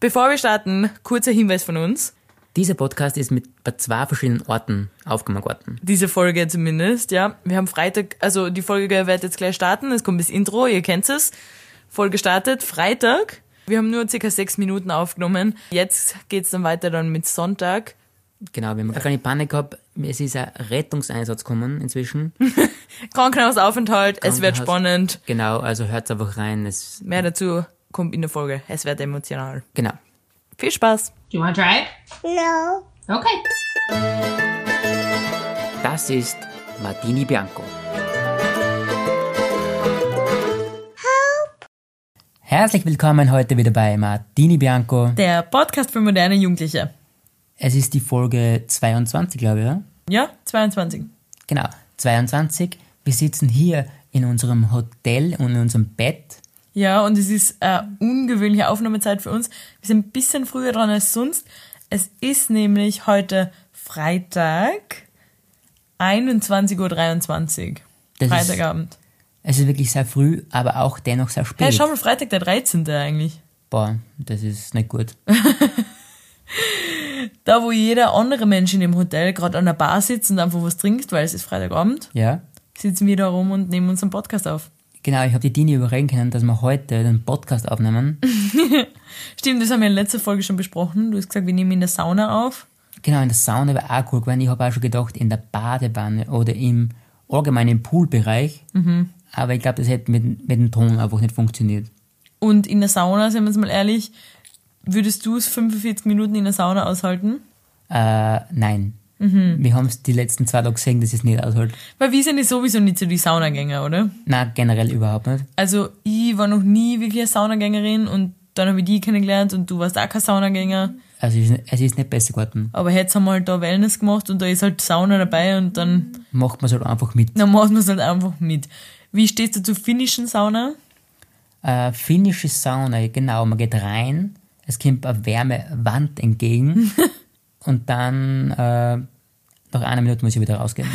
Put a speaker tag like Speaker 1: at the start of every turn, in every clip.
Speaker 1: Bevor wir starten, kurzer Hinweis von uns.
Speaker 2: Dieser Podcast ist mit bei zwei verschiedenen Orten aufgenommen worden.
Speaker 1: Diese Folge zumindest, ja. Wir haben Freitag, also die Folge wird jetzt gleich starten. Es kommt das Intro, ihr kennt es. Folge startet Freitag. Wir haben nur circa sechs Minuten aufgenommen. Jetzt geht's dann weiter dann mit Sonntag.
Speaker 2: Genau, wenn man gar keine Panik gehabt, es ist ein Rettungseinsatz gekommen inzwischen.
Speaker 1: Krankenhausaufenthalt, es wird
Speaker 2: Krankenhaus.
Speaker 1: spannend.
Speaker 2: Genau, also hört's einfach rein. Es,
Speaker 1: Mehr dazu kommt in der Folge. Es wird emotional.
Speaker 2: genau.
Speaker 1: Viel Spaß.
Speaker 3: Do you want to try it?
Speaker 4: No.
Speaker 3: Okay.
Speaker 2: Das ist Martini Bianco. Help! Herzlich willkommen heute wieder bei Martini Bianco.
Speaker 1: Der Podcast für moderne Jugendliche.
Speaker 2: Es ist die Folge 22, glaube ich, oder?
Speaker 1: Ja, 22.
Speaker 2: Genau, 22. Wir sitzen hier in unserem Hotel und in unserem Bett.
Speaker 1: Ja, und es ist eine ungewöhnliche Aufnahmezeit für uns. Wir sind ein bisschen früher dran als sonst. Es ist nämlich heute Freitag, 21.23 Uhr.
Speaker 2: Das ist-
Speaker 1: Freitagabend.
Speaker 2: Es ist wirklich sehr früh, aber auch dennoch sehr spät.
Speaker 1: Hey, schau mal, Freitag der 13. eigentlich.
Speaker 2: Boah, das ist nicht gut.
Speaker 1: Da, wo jeder andere Mensch in dem Hotel gerade an der Bar sitzt und einfach was trinkt, weil es ist Freitagabend,
Speaker 2: Ja.
Speaker 1: sitzen wir da rum und nehmen unseren Podcast auf.
Speaker 2: Genau, ich habe die Dini überreden können, dass wir heute den Podcast aufnehmen.
Speaker 1: Stimmt, das haben wir in letzter Folge schon besprochen. Du hast gesagt, wir nehmen in der Sauna auf.
Speaker 2: genau, in der Sauna wäre auch cool gewesen. Ich habe auch schon gedacht, in der Badewanne oder im allgemeinen Poolbereich. Aber ich glaube, das hätte mit, mit dem Ton einfach nicht funktioniert.
Speaker 1: Und in der Sauna, sind wir jetzt mal ehrlich, würdest du es 45 Minuten in der Sauna aushalten?
Speaker 2: Äh, nein. Wir haben es die letzten zwei Tage gesehen, dass es nicht aushält.
Speaker 1: Weil wir sind ja sowieso nicht so die Saunagänger, oder?
Speaker 2: Nein, generell überhaupt nicht.
Speaker 1: Also ich war noch nie wirklich eine Saunagängerin und dann habe ich die kennengelernt und du warst auch kein Saunagänger.
Speaker 2: Also es ist, es ist nicht besser geworden.
Speaker 1: Aber jetzt haben wir halt da Wellness gemacht und da ist halt Sauna dabei und dann,
Speaker 2: Macht man es halt einfach mit.
Speaker 1: dann macht man es halt einfach mit. Wie stehst du zu finnischen Sauna?
Speaker 2: Äh, finnische Sauna, genau. Man geht rein, es kommt eine Wärmewand entgegen und dann äh, nach einer Minute muss ich wieder rausgehen.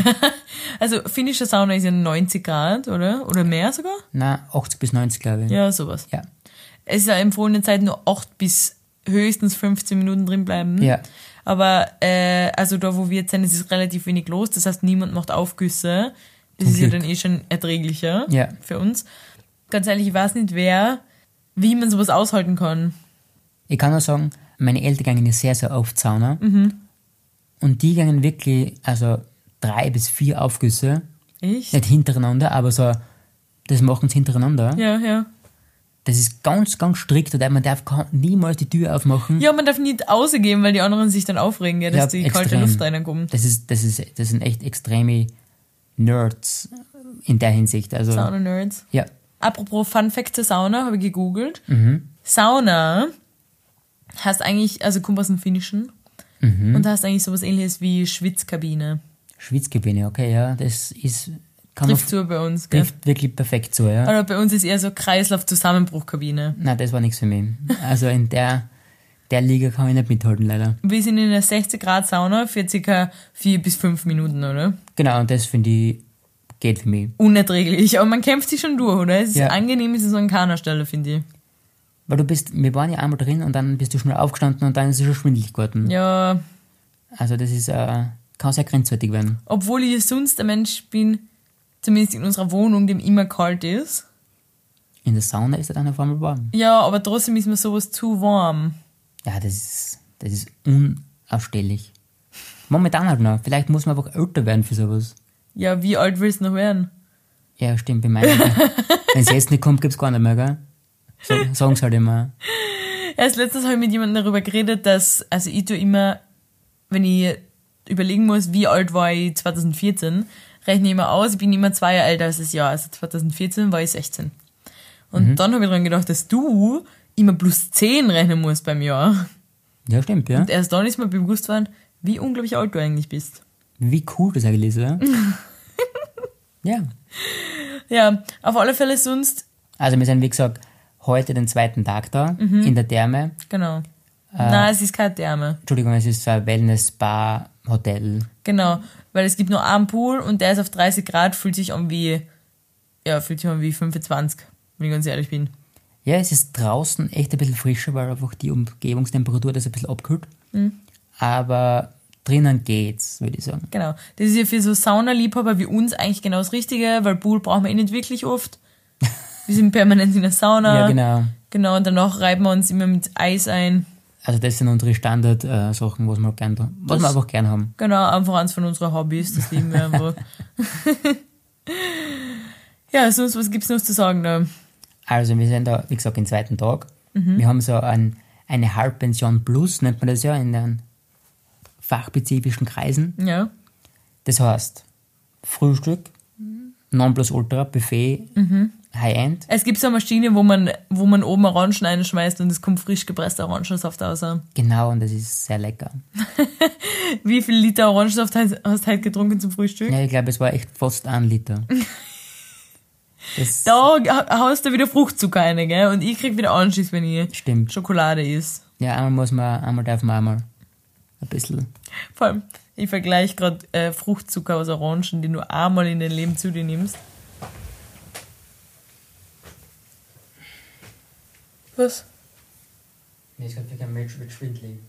Speaker 1: Also finnische Sauna ist ja 90 Grad, oder? Oder mehr sogar?
Speaker 2: Na, 80 bis 90, glaube ich.
Speaker 1: Ja, sowas.
Speaker 2: Ja.
Speaker 1: Es ist ja empfohlene Zeit nur 8 bis höchstens 15 Minuten drin bleiben.
Speaker 2: Ja.
Speaker 1: Aber äh, also da, wo wir jetzt sind, es ist relativ wenig los. Das heißt, niemand macht Aufgüsse. Das
Speaker 2: Zum
Speaker 1: ist ja
Speaker 2: Glück.
Speaker 1: dann eh schon erträglicher
Speaker 2: Ja.
Speaker 1: für uns. Ganz ehrlich, ich weiß nicht, wer, wie man sowas aushalten kann.
Speaker 2: Ich kann nur sagen, meine Eltern gingen ja sehr, sehr oft Sauna
Speaker 1: Mhm.
Speaker 2: und die gingen wirklich, also drei bis vier Aufgüsse,
Speaker 1: Ich?
Speaker 2: nicht hintereinander, aber so, das machen sie hintereinander.
Speaker 1: Ja, ja.
Speaker 2: Das ist ganz, ganz strikt und man darf ka- niemals die Tür aufmachen.
Speaker 1: Ja, man darf nicht ausgehen, weil die anderen sich dann aufregen, ja, dass
Speaker 2: Ich
Speaker 1: die
Speaker 2: glaub,
Speaker 1: kalte
Speaker 2: extrem.
Speaker 1: Luft reinkommt.
Speaker 2: Das, ist, das, ist, das sind echt extreme Nerds in der Hinsicht. Also,
Speaker 1: Sauna-Nerds.
Speaker 2: Ja,
Speaker 1: Apropos Fun Fact zur Sauna, habe ich gegoogelt.
Speaker 2: Mhm.
Speaker 1: Sauna heißt eigentlich, also kommt aus dem Finnischen
Speaker 2: Mhm.
Speaker 1: und heißt eigentlich sowas ähnliches wie Schwitzkabine.
Speaker 2: Schwitzgewinne, okay, ja, das ist, kann
Speaker 1: Trifft
Speaker 2: man,
Speaker 1: so bei uns, gell?
Speaker 2: trifft wirklich perfekt zu, ja.
Speaker 1: Aber bei uns ist eher so Kreislauf-Zusammenbruchkabine.
Speaker 2: Nein, das war nichts für mich. Also in der, der Liga kann ich nicht mithalten, leider.
Speaker 1: Wir sind in einer 60-Grad-Sauna für circa 4 bis 5 Minuten, oder?
Speaker 2: Genau, und das finde ich, geht für mich.
Speaker 1: Unerträglich, aber man kämpft sich schon durch, oder? Es ist
Speaker 2: Ja.
Speaker 1: angenehm, es ist so an keiner Stelle, finde ich.
Speaker 2: Weil du bist, wir waren ja einmal drin und dann bist du schnell aufgestanden und dann ist es schon schwindelig geworden.
Speaker 1: Ja,
Speaker 2: Also das ist, äh, kann sehr grenzwertig werden.
Speaker 1: obwohl ich sonst ein Mensch bin, zumindest in unserer Wohnung, dem immer kalt ist.
Speaker 2: In der Sauna ist es dann auf einmal warm.
Speaker 1: Ja, aber trotzdem ist mir sowas zu warm.
Speaker 2: Ja, das ist, das ist unausstehlich. Momentan halt noch. Vielleicht muss man einfach älter werden für sowas.
Speaker 1: Ja, wie alt willst du noch werden?
Speaker 2: Ja, stimmt, ich meine, wenn es jetzt nicht kommt, gibt's gar nicht mehr, gell? So, sagen's halt immer.
Speaker 1: Erst letztens habe ich mit jemandem darüber geredet, dass, also ich tue immer, wenn ich überlegen muss, wie alt war ich 2014, rechne ich immer aus, ich bin immer zwei Jahre älter als das Jahr. Also 2014 war ich 16. Und dann habe ich dran gedacht, dass du immer plus 10 rechnen musst beim Jahr.
Speaker 2: Ja, stimmt, ja.
Speaker 1: Und erst dann ist mir bewusst worden, wie unglaublich alt du eigentlich bist.
Speaker 2: Wie cool das eigentlich ist, oder? ja.
Speaker 1: Ja, auf alle Fälle sonst,
Speaker 2: Also wir sind, wie gesagt, heute den zweiten Tag da, in der Therme.
Speaker 1: genau. Na, es ist keine Therme.
Speaker 2: Entschuldigung, es ist so ein Wellness-Spa-Hotel.
Speaker 1: Genau, weil es gibt nur einen Pool und der ist auf 30 Grad, fühlt sich an wie, ja, fühlt sich an wie 25, wenn ich ganz ehrlich bin.
Speaker 2: Ja, es ist draußen echt ein bisschen frischer, weil einfach die Umgebungstemperatur das ein bisschen abkühlt. Aber drinnen geht's, würde ich sagen.
Speaker 1: Genau. Das ist ja für so Saunaliebhaber wie uns eigentlich genau das Richtige, weil Pool brauchen wir eh nicht wirklich oft. Wir sind permanent in der Sauna.
Speaker 2: Ja, genau.
Speaker 1: Genau, und danach reiben wir uns immer mit Eis ein.
Speaker 2: Also das sind unsere Standard-Sachen, was wir halt gern, was wir einfach gern haben.
Speaker 1: Genau, einfach eins von unseren Hobbys, das lieben wir einfach. ja, sonst, was gibt's noch zu sagen da?
Speaker 2: Also wir sind da, wie gesagt, im zweiten Tag. Wir haben so ein, eine Halbpension plus, nennt man das ja in den fachspezifischen Kreisen.
Speaker 1: Ja.
Speaker 2: Das heißt, Frühstück, Nonplusultra, Buffet, High-End.
Speaker 1: Es gibt so eine Maschine, wo man, wo man oben Orangen einschmeißt und es kommt frisch gepresster Orangensaft raus.
Speaker 2: Genau, und das ist sehr lecker.
Speaker 1: Wie viel Liter Orangensaft hast hast du halt getrunken zum Frühstück?
Speaker 2: Ja, ich glaube, es war echt fast ein Liter. Das
Speaker 1: Da ha- haust du wieder Fruchtzucker rein, gell? Und ich krieg wieder Anschiss, wenn ich
Speaker 2: stimmt.
Speaker 1: Schokolade isst.
Speaker 2: Ja, einmal muss man, einmal darf man einmal ein bisschen.
Speaker 1: Vor allem, ich vergleiche gerade äh, Fruchtzucker aus Orangen, den du einmal in dein Leben zu dir nimmst. Was?
Speaker 2: Ich glaube, ich kann Milch mit Schwindling.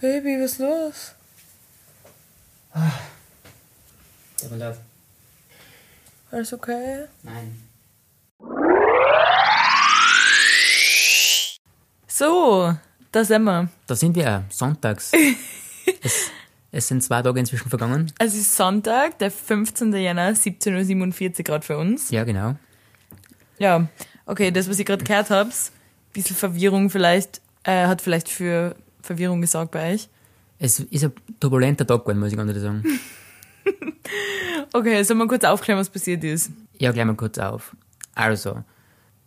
Speaker 1: Baby, was ist los? Alles okay?
Speaker 2: Nein.
Speaker 1: So, da sind wir.
Speaker 2: Da sind wir, auch, sonntags. es, es sind zwei Tage inzwischen vergangen.
Speaker 1: Es ist Sonntag, der 15. Januar, 17.47 Uhr gerade für uns.
Speaker 2: Ja, genau.
Speaker 1: Ja, okay, das, was ich gerade gehört habe, bisschen Verwirrung vielleicht, äh, hat vielleicht für Verwirrung gesorgt bei euch.
Speaker 2: Es ist ein turbulenter Tag geworden, muss ich ganz ehrlich sagen.
Speaker 1: Okay, soll man kurz aufklären, was passiert ist?
Speaker 2: ja, gleich mal kurz auf. Also,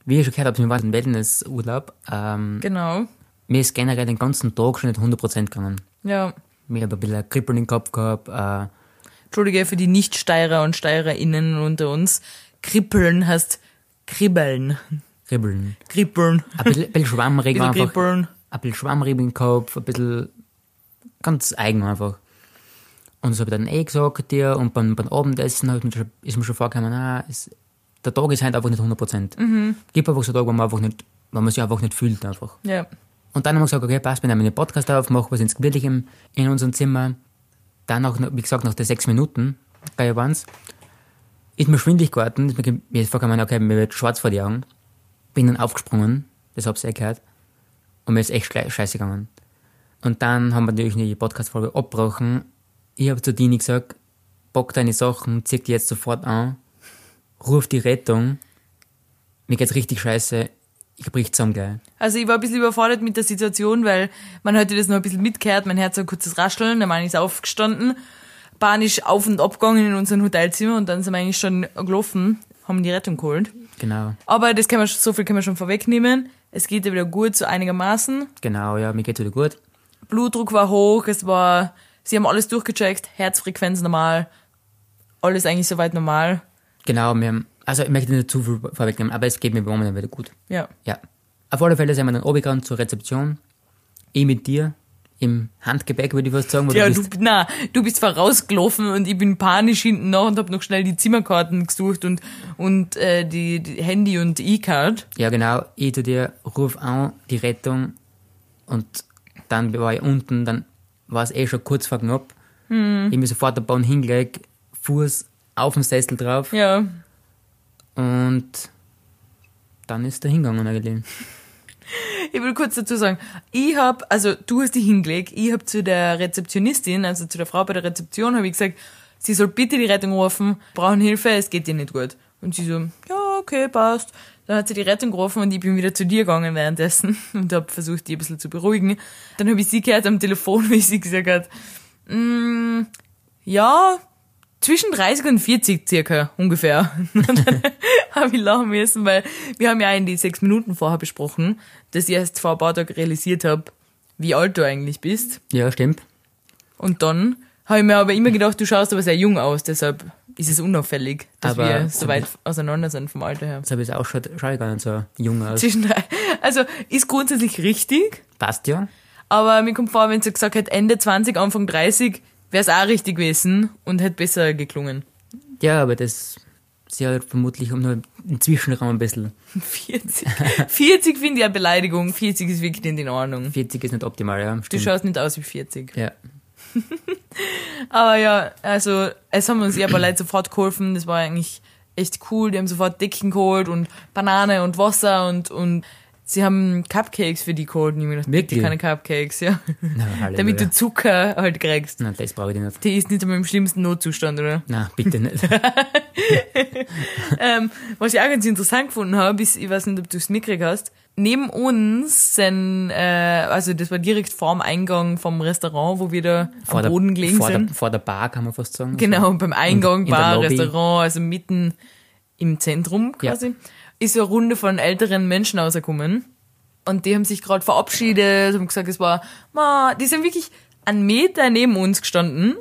Speaker 2: wie ihr schon gehört habt, wir waren im Wellnessurlaub. Ähm,
Speaker 1: Genau.
Speaker 2: mir ist generell den ganzen Tag schon nicht 100% gegangen.
Speaker 1: Ja.
Speaker 2: Mir habe ein bisschen ein Kribbeln im Kopf gehabt. Äh,
Speaker 1: Entschuldige für die Nicht-Steirer und SteirerInnen unter uns. Kribbeln heißt kribbeln.
Speaker 2: Kribbeln.
Speaker 1: Kribbeln.
Speaker 2: Ein bisschen, ein bisschen schwammrig war
Speaker 1: Bisschen
Speaker 2: einfach.
Speaker 1: kribbeln.
Speaker 2: ein bisschen Schwammrieb im Kopf, ein bisschen ganz eigen einfach. Und das habe ich dann eh gesagt dir und beim, beim Abendessen hab ich mir schon, ist mir schon vorgekommen, ah, es, der Tag ist halt einfach nicht 100%. Gibt einfach so Tage, wo man, einfach nicht, wo man sich einfach nicht fühlt einfach.
Speaker 1: Ja.
Speaker 2: Und dann haben wir gesagt, okay, passt, wir nehmen den Podcast auf, machen was ins Gemütlich im- in unserem Zimmer. Dann auch, noch- wie gesagt, nach den sechs Minuten, bei waren's, ist mir schwindlig geworden, ist mir, ge- mir ist vorgekommen, okay, mir wird schwarz vor die Augen. Bin dann aufgesprungen, das hab's eh gehört. Und mir ist echt schle- scheiße gegangen. Und dann haben wir natürlich die Podcast-Folge abgebrochen. Ich habe zu Dini gesagt, pack deine Sachen, zieh die jetzt sofort an, ruf die Rettung. Mir geht's richtig scheiße, ich brich zusammen gleich.
Speaker 1: Also ich war ein bisschen überfordert mit der Situation, weil man hätte das noch ein bisschen mitgehört, mein Herz hat ein kurzes Rascheln, der Mann ist aufgestanden, panisch auf und ab gegangen in unserem Hotelzimmer und dann sind wir eigentlich schon gelaufen, haben die Rettung geholt.
Speaker 2: Genau.
Speaker 1: Aber das kann man, schon- so viel können wir schon vorwegnehmen. Es geht ja wieder gut, so einigermaßen.
Speaker 2: Genau, ja, mir geht's wieder gut.
Speaker 1: Blutdruck war hoch, es war, sie haben alles durchgecheckt, Herzfrequenz normal, alles eigentlich soweit normal.
Speaker 2: Genau, wir haben, also ich möchte nicht zu viel vorwegnehmen, aber es geht mir momentan wieder gut.
Speaker 1: Ja,
Speaker 2: Ja. Auf alle Fälle sind wir dann runtergegangen zur Rezeption. Ich mit dir im Handgepäck, würde ich fast sagen, wo
Speaker 1: ja
Speaker 2: du
Speaker 1: du,
Speaker 2: bist.
Speaker 1: na, du bist vorausgelaufen und ich bin panisch hinten nach und hab noch schnell die Zimmerkarten gesucht und, und äh, die, die Handy und E-Card.
Speaker 2: Ja, genau, ich zu dir, ruf an, die Rettung. Und dann war ich unten, dann war es eh schon kurz vor knapp.
Speaker 1: Hm.
Speaker 2: Ich Ich mir sofort der Bahn hingelegt, Fuß auf dem Sessel drauf
Speaker 1: Ja,
Speaker 2: und dann ist er hingegangen eigentlich.
Speaker 1: ich will kurz dazu sagen, ich hab, also du hast dich hingelegt, ich hab zu der Rezeptionistin, also zu der Frau bei der Rezeption, habe ich gesagt, sie soll bitte die Rettung rufen, brauchen Hilfe, es geht dir nicht gut. Und sie so, ja, okay, passt. Dann hat sie die Rettung gerufen und ich bin wieder zu dir gegangen währenddessen und hab versucht, die ein bisschen zu beruhigen. Dann habe ich sie gehört am Telefon, wie sie gesagt hat, mm, ja, zwischen 30 und 40 circa, ungefähr. Und dann habe ich lachen müssen, weil wir haben ja in die sechs Minuten vorher besprochen, dass ich erst vor ein paar Tagen realisiert habe, wie alt du eigentlich bist.
Speaker 2: Ja, stimmt.
Speaker 1: Und dann habe ich mir aber immer gedacht, du schaust aber sehr jung aus, deshalb ist es unauffällig, dass
Speaker 2: Aber-
Speaker 1: wir so weit auseinander sind vom Alter her.
Speaker 2: So habe ich es ausschaut, schaue ich gar nicht so jung aus.
Speaker 1: Zwischen drei. Also ist grundsätzlich richtig,
Speaker 2: Passt ja.
Speaker 1: aber mir kommt vor, wenn sie gesagt hätte, Ende 20, Anfang 30, wäre es auch richtig gewesen und hätte besser geklungen.
Speaker 2: Ja, aber das sie hat vermutlich um nur im Zwischenraum ein bisschen.
Speaker 1: 40. 40 finde ich eine Beleidigung. 40 ist wirklich nicht in Ordnung.
Speaker 2: 40 ist nicht optimal, ja.
Speaker 1: Du
Speaker 2: Stimmt.
Speaker 1: schaust nicht aus wie 40.
Speaker 2: ja.
Speaker 1: Aber ja, also es haben uns ja paar Leute sofort geholfen. Das war eigentlich echt cool. Die haben sofort Decken geholt und Banane und Wasser und, und sie haben Cupcakes für die geholt. Und ich hab mir gedacht,
Speaker 2: Wirklich?
Speaker 1: bitte keine Cupcakes, ja.
Speaker 2: Na, Halleluja.
Speaker 1: Damit du Zucker halt kriegst.
Speaker 2: Nein, das brauche ich nicht.
Speaker 1: Die ist nicht einmal im schlimmsten Notzustand, oder?
Speaker 2: Nein, bitte nicht.
Speaker 1: ähm, was ich auch ganz interessant gefunden habe, ist, ich weiß nicht, ob du es mitgekriegt hast, neben uns sind, äh, also das war direkt vorm Eingang vom Restaurant, wo wir da am Boden gelegen
Speaker 2: vor,
Speaker 1: sind.
Speaker 2: der, vor der Bar kann man fast sagen.
Speaker 1: Genau, beim
Speaker 2: in
Speaker 1: Eingang
Speaker 2: der
Speaker 1: war
Speaker 2: Lobby.
Speaker 1: Restaurant, also mitten im Zentrum
Speaker 2: Ja.
Speaker 1: quasi, ist so eine Runde von älteren Menschen rausgekommen. Und die haben sich gerade verabschiedet, haben gesagt, es war, ma, die sind wirklich einen Meter neben uns gestanden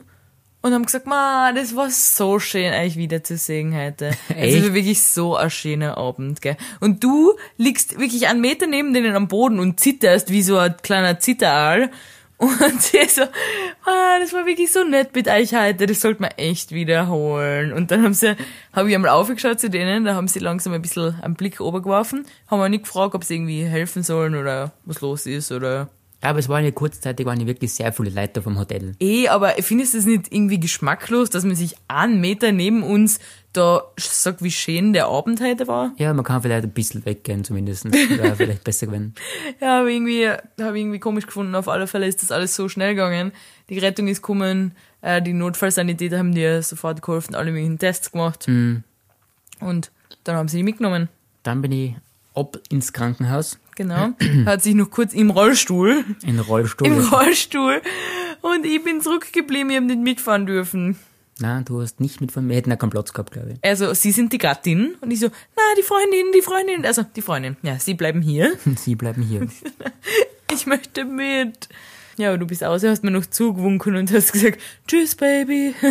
Speaker 1: und haben gesagt, ma, das war so schön, euch wiederzusehen heute. Also Es
Speaker 2: Echt?
Speaker 1: war wirklich so ein schöner Abend, gell. Und du liegst wirklich einen Meter neben denen am Boden und zitterst wie so ein kleiner Zitteraal. Und die so, ah, das war wirklich so nett mit euch heute, das sollte man echt wiederholen. Und dann haben sie, habe ich einmal aufgeschaut zu denen, da haben sie langsam ein bisschen einen Blick obergeworfen, haben auch nicht gefragt, ob sie irgendwie helfen sollen oder was los ist oder
Speaker 2: Ja, aber es waren ja kurzzeitig waren ja wirklich sehr viele Leute vom Hotel.
Speaker 1: Eh, aber findest du es nicht irgendwie geschmacklos, dass man sich einen Meter neben uns da sagt, wie schön der Abend heute war?
Speaker 2: Ja, man kann vielleicht ein bisschen weggehen zumindest. Wäre vielleicht besser gewesen.
Speaker 1: Ja, habe irgendwie, hab irgendwie komisch gefunden. Auf alle Fälle ist das alles so schnell gegangen. Die Rettung ist gekommen, äh, die Notfallsanitäter haben dir sofort geholfen, alle möglichen Tests gemacht. Und dann haben sie dich mitgenommen.
Speaker 2: Dann bin ich ab ins Krankenhaus,
Speaker 1: Genau. Hat sich noch kurz im Rollstuhl,
Speaker 2: in den Rollstuhl.
Speaker 1: im Rollstuhl. Und ich bin zurückgeblieben, ich habe nicht mitfahren dürfen.
Speaker 2: Nein, du hast nicht mit von mir, hätten auch keinen Platz gehabt, glaube ich.
Speaker 1: Also, sie sind die Gattin. Und ich so, na, die Freundin, die Freundin. Also, die Freundin. Ja, sie bleiben hier.
Speaker 2: Sie bleiben hier.
Speaker 1: Ich möchte mit. Ja, aber du bist aus, du hast mir noch zugewunken und hast gesagt, tschüss, Baby.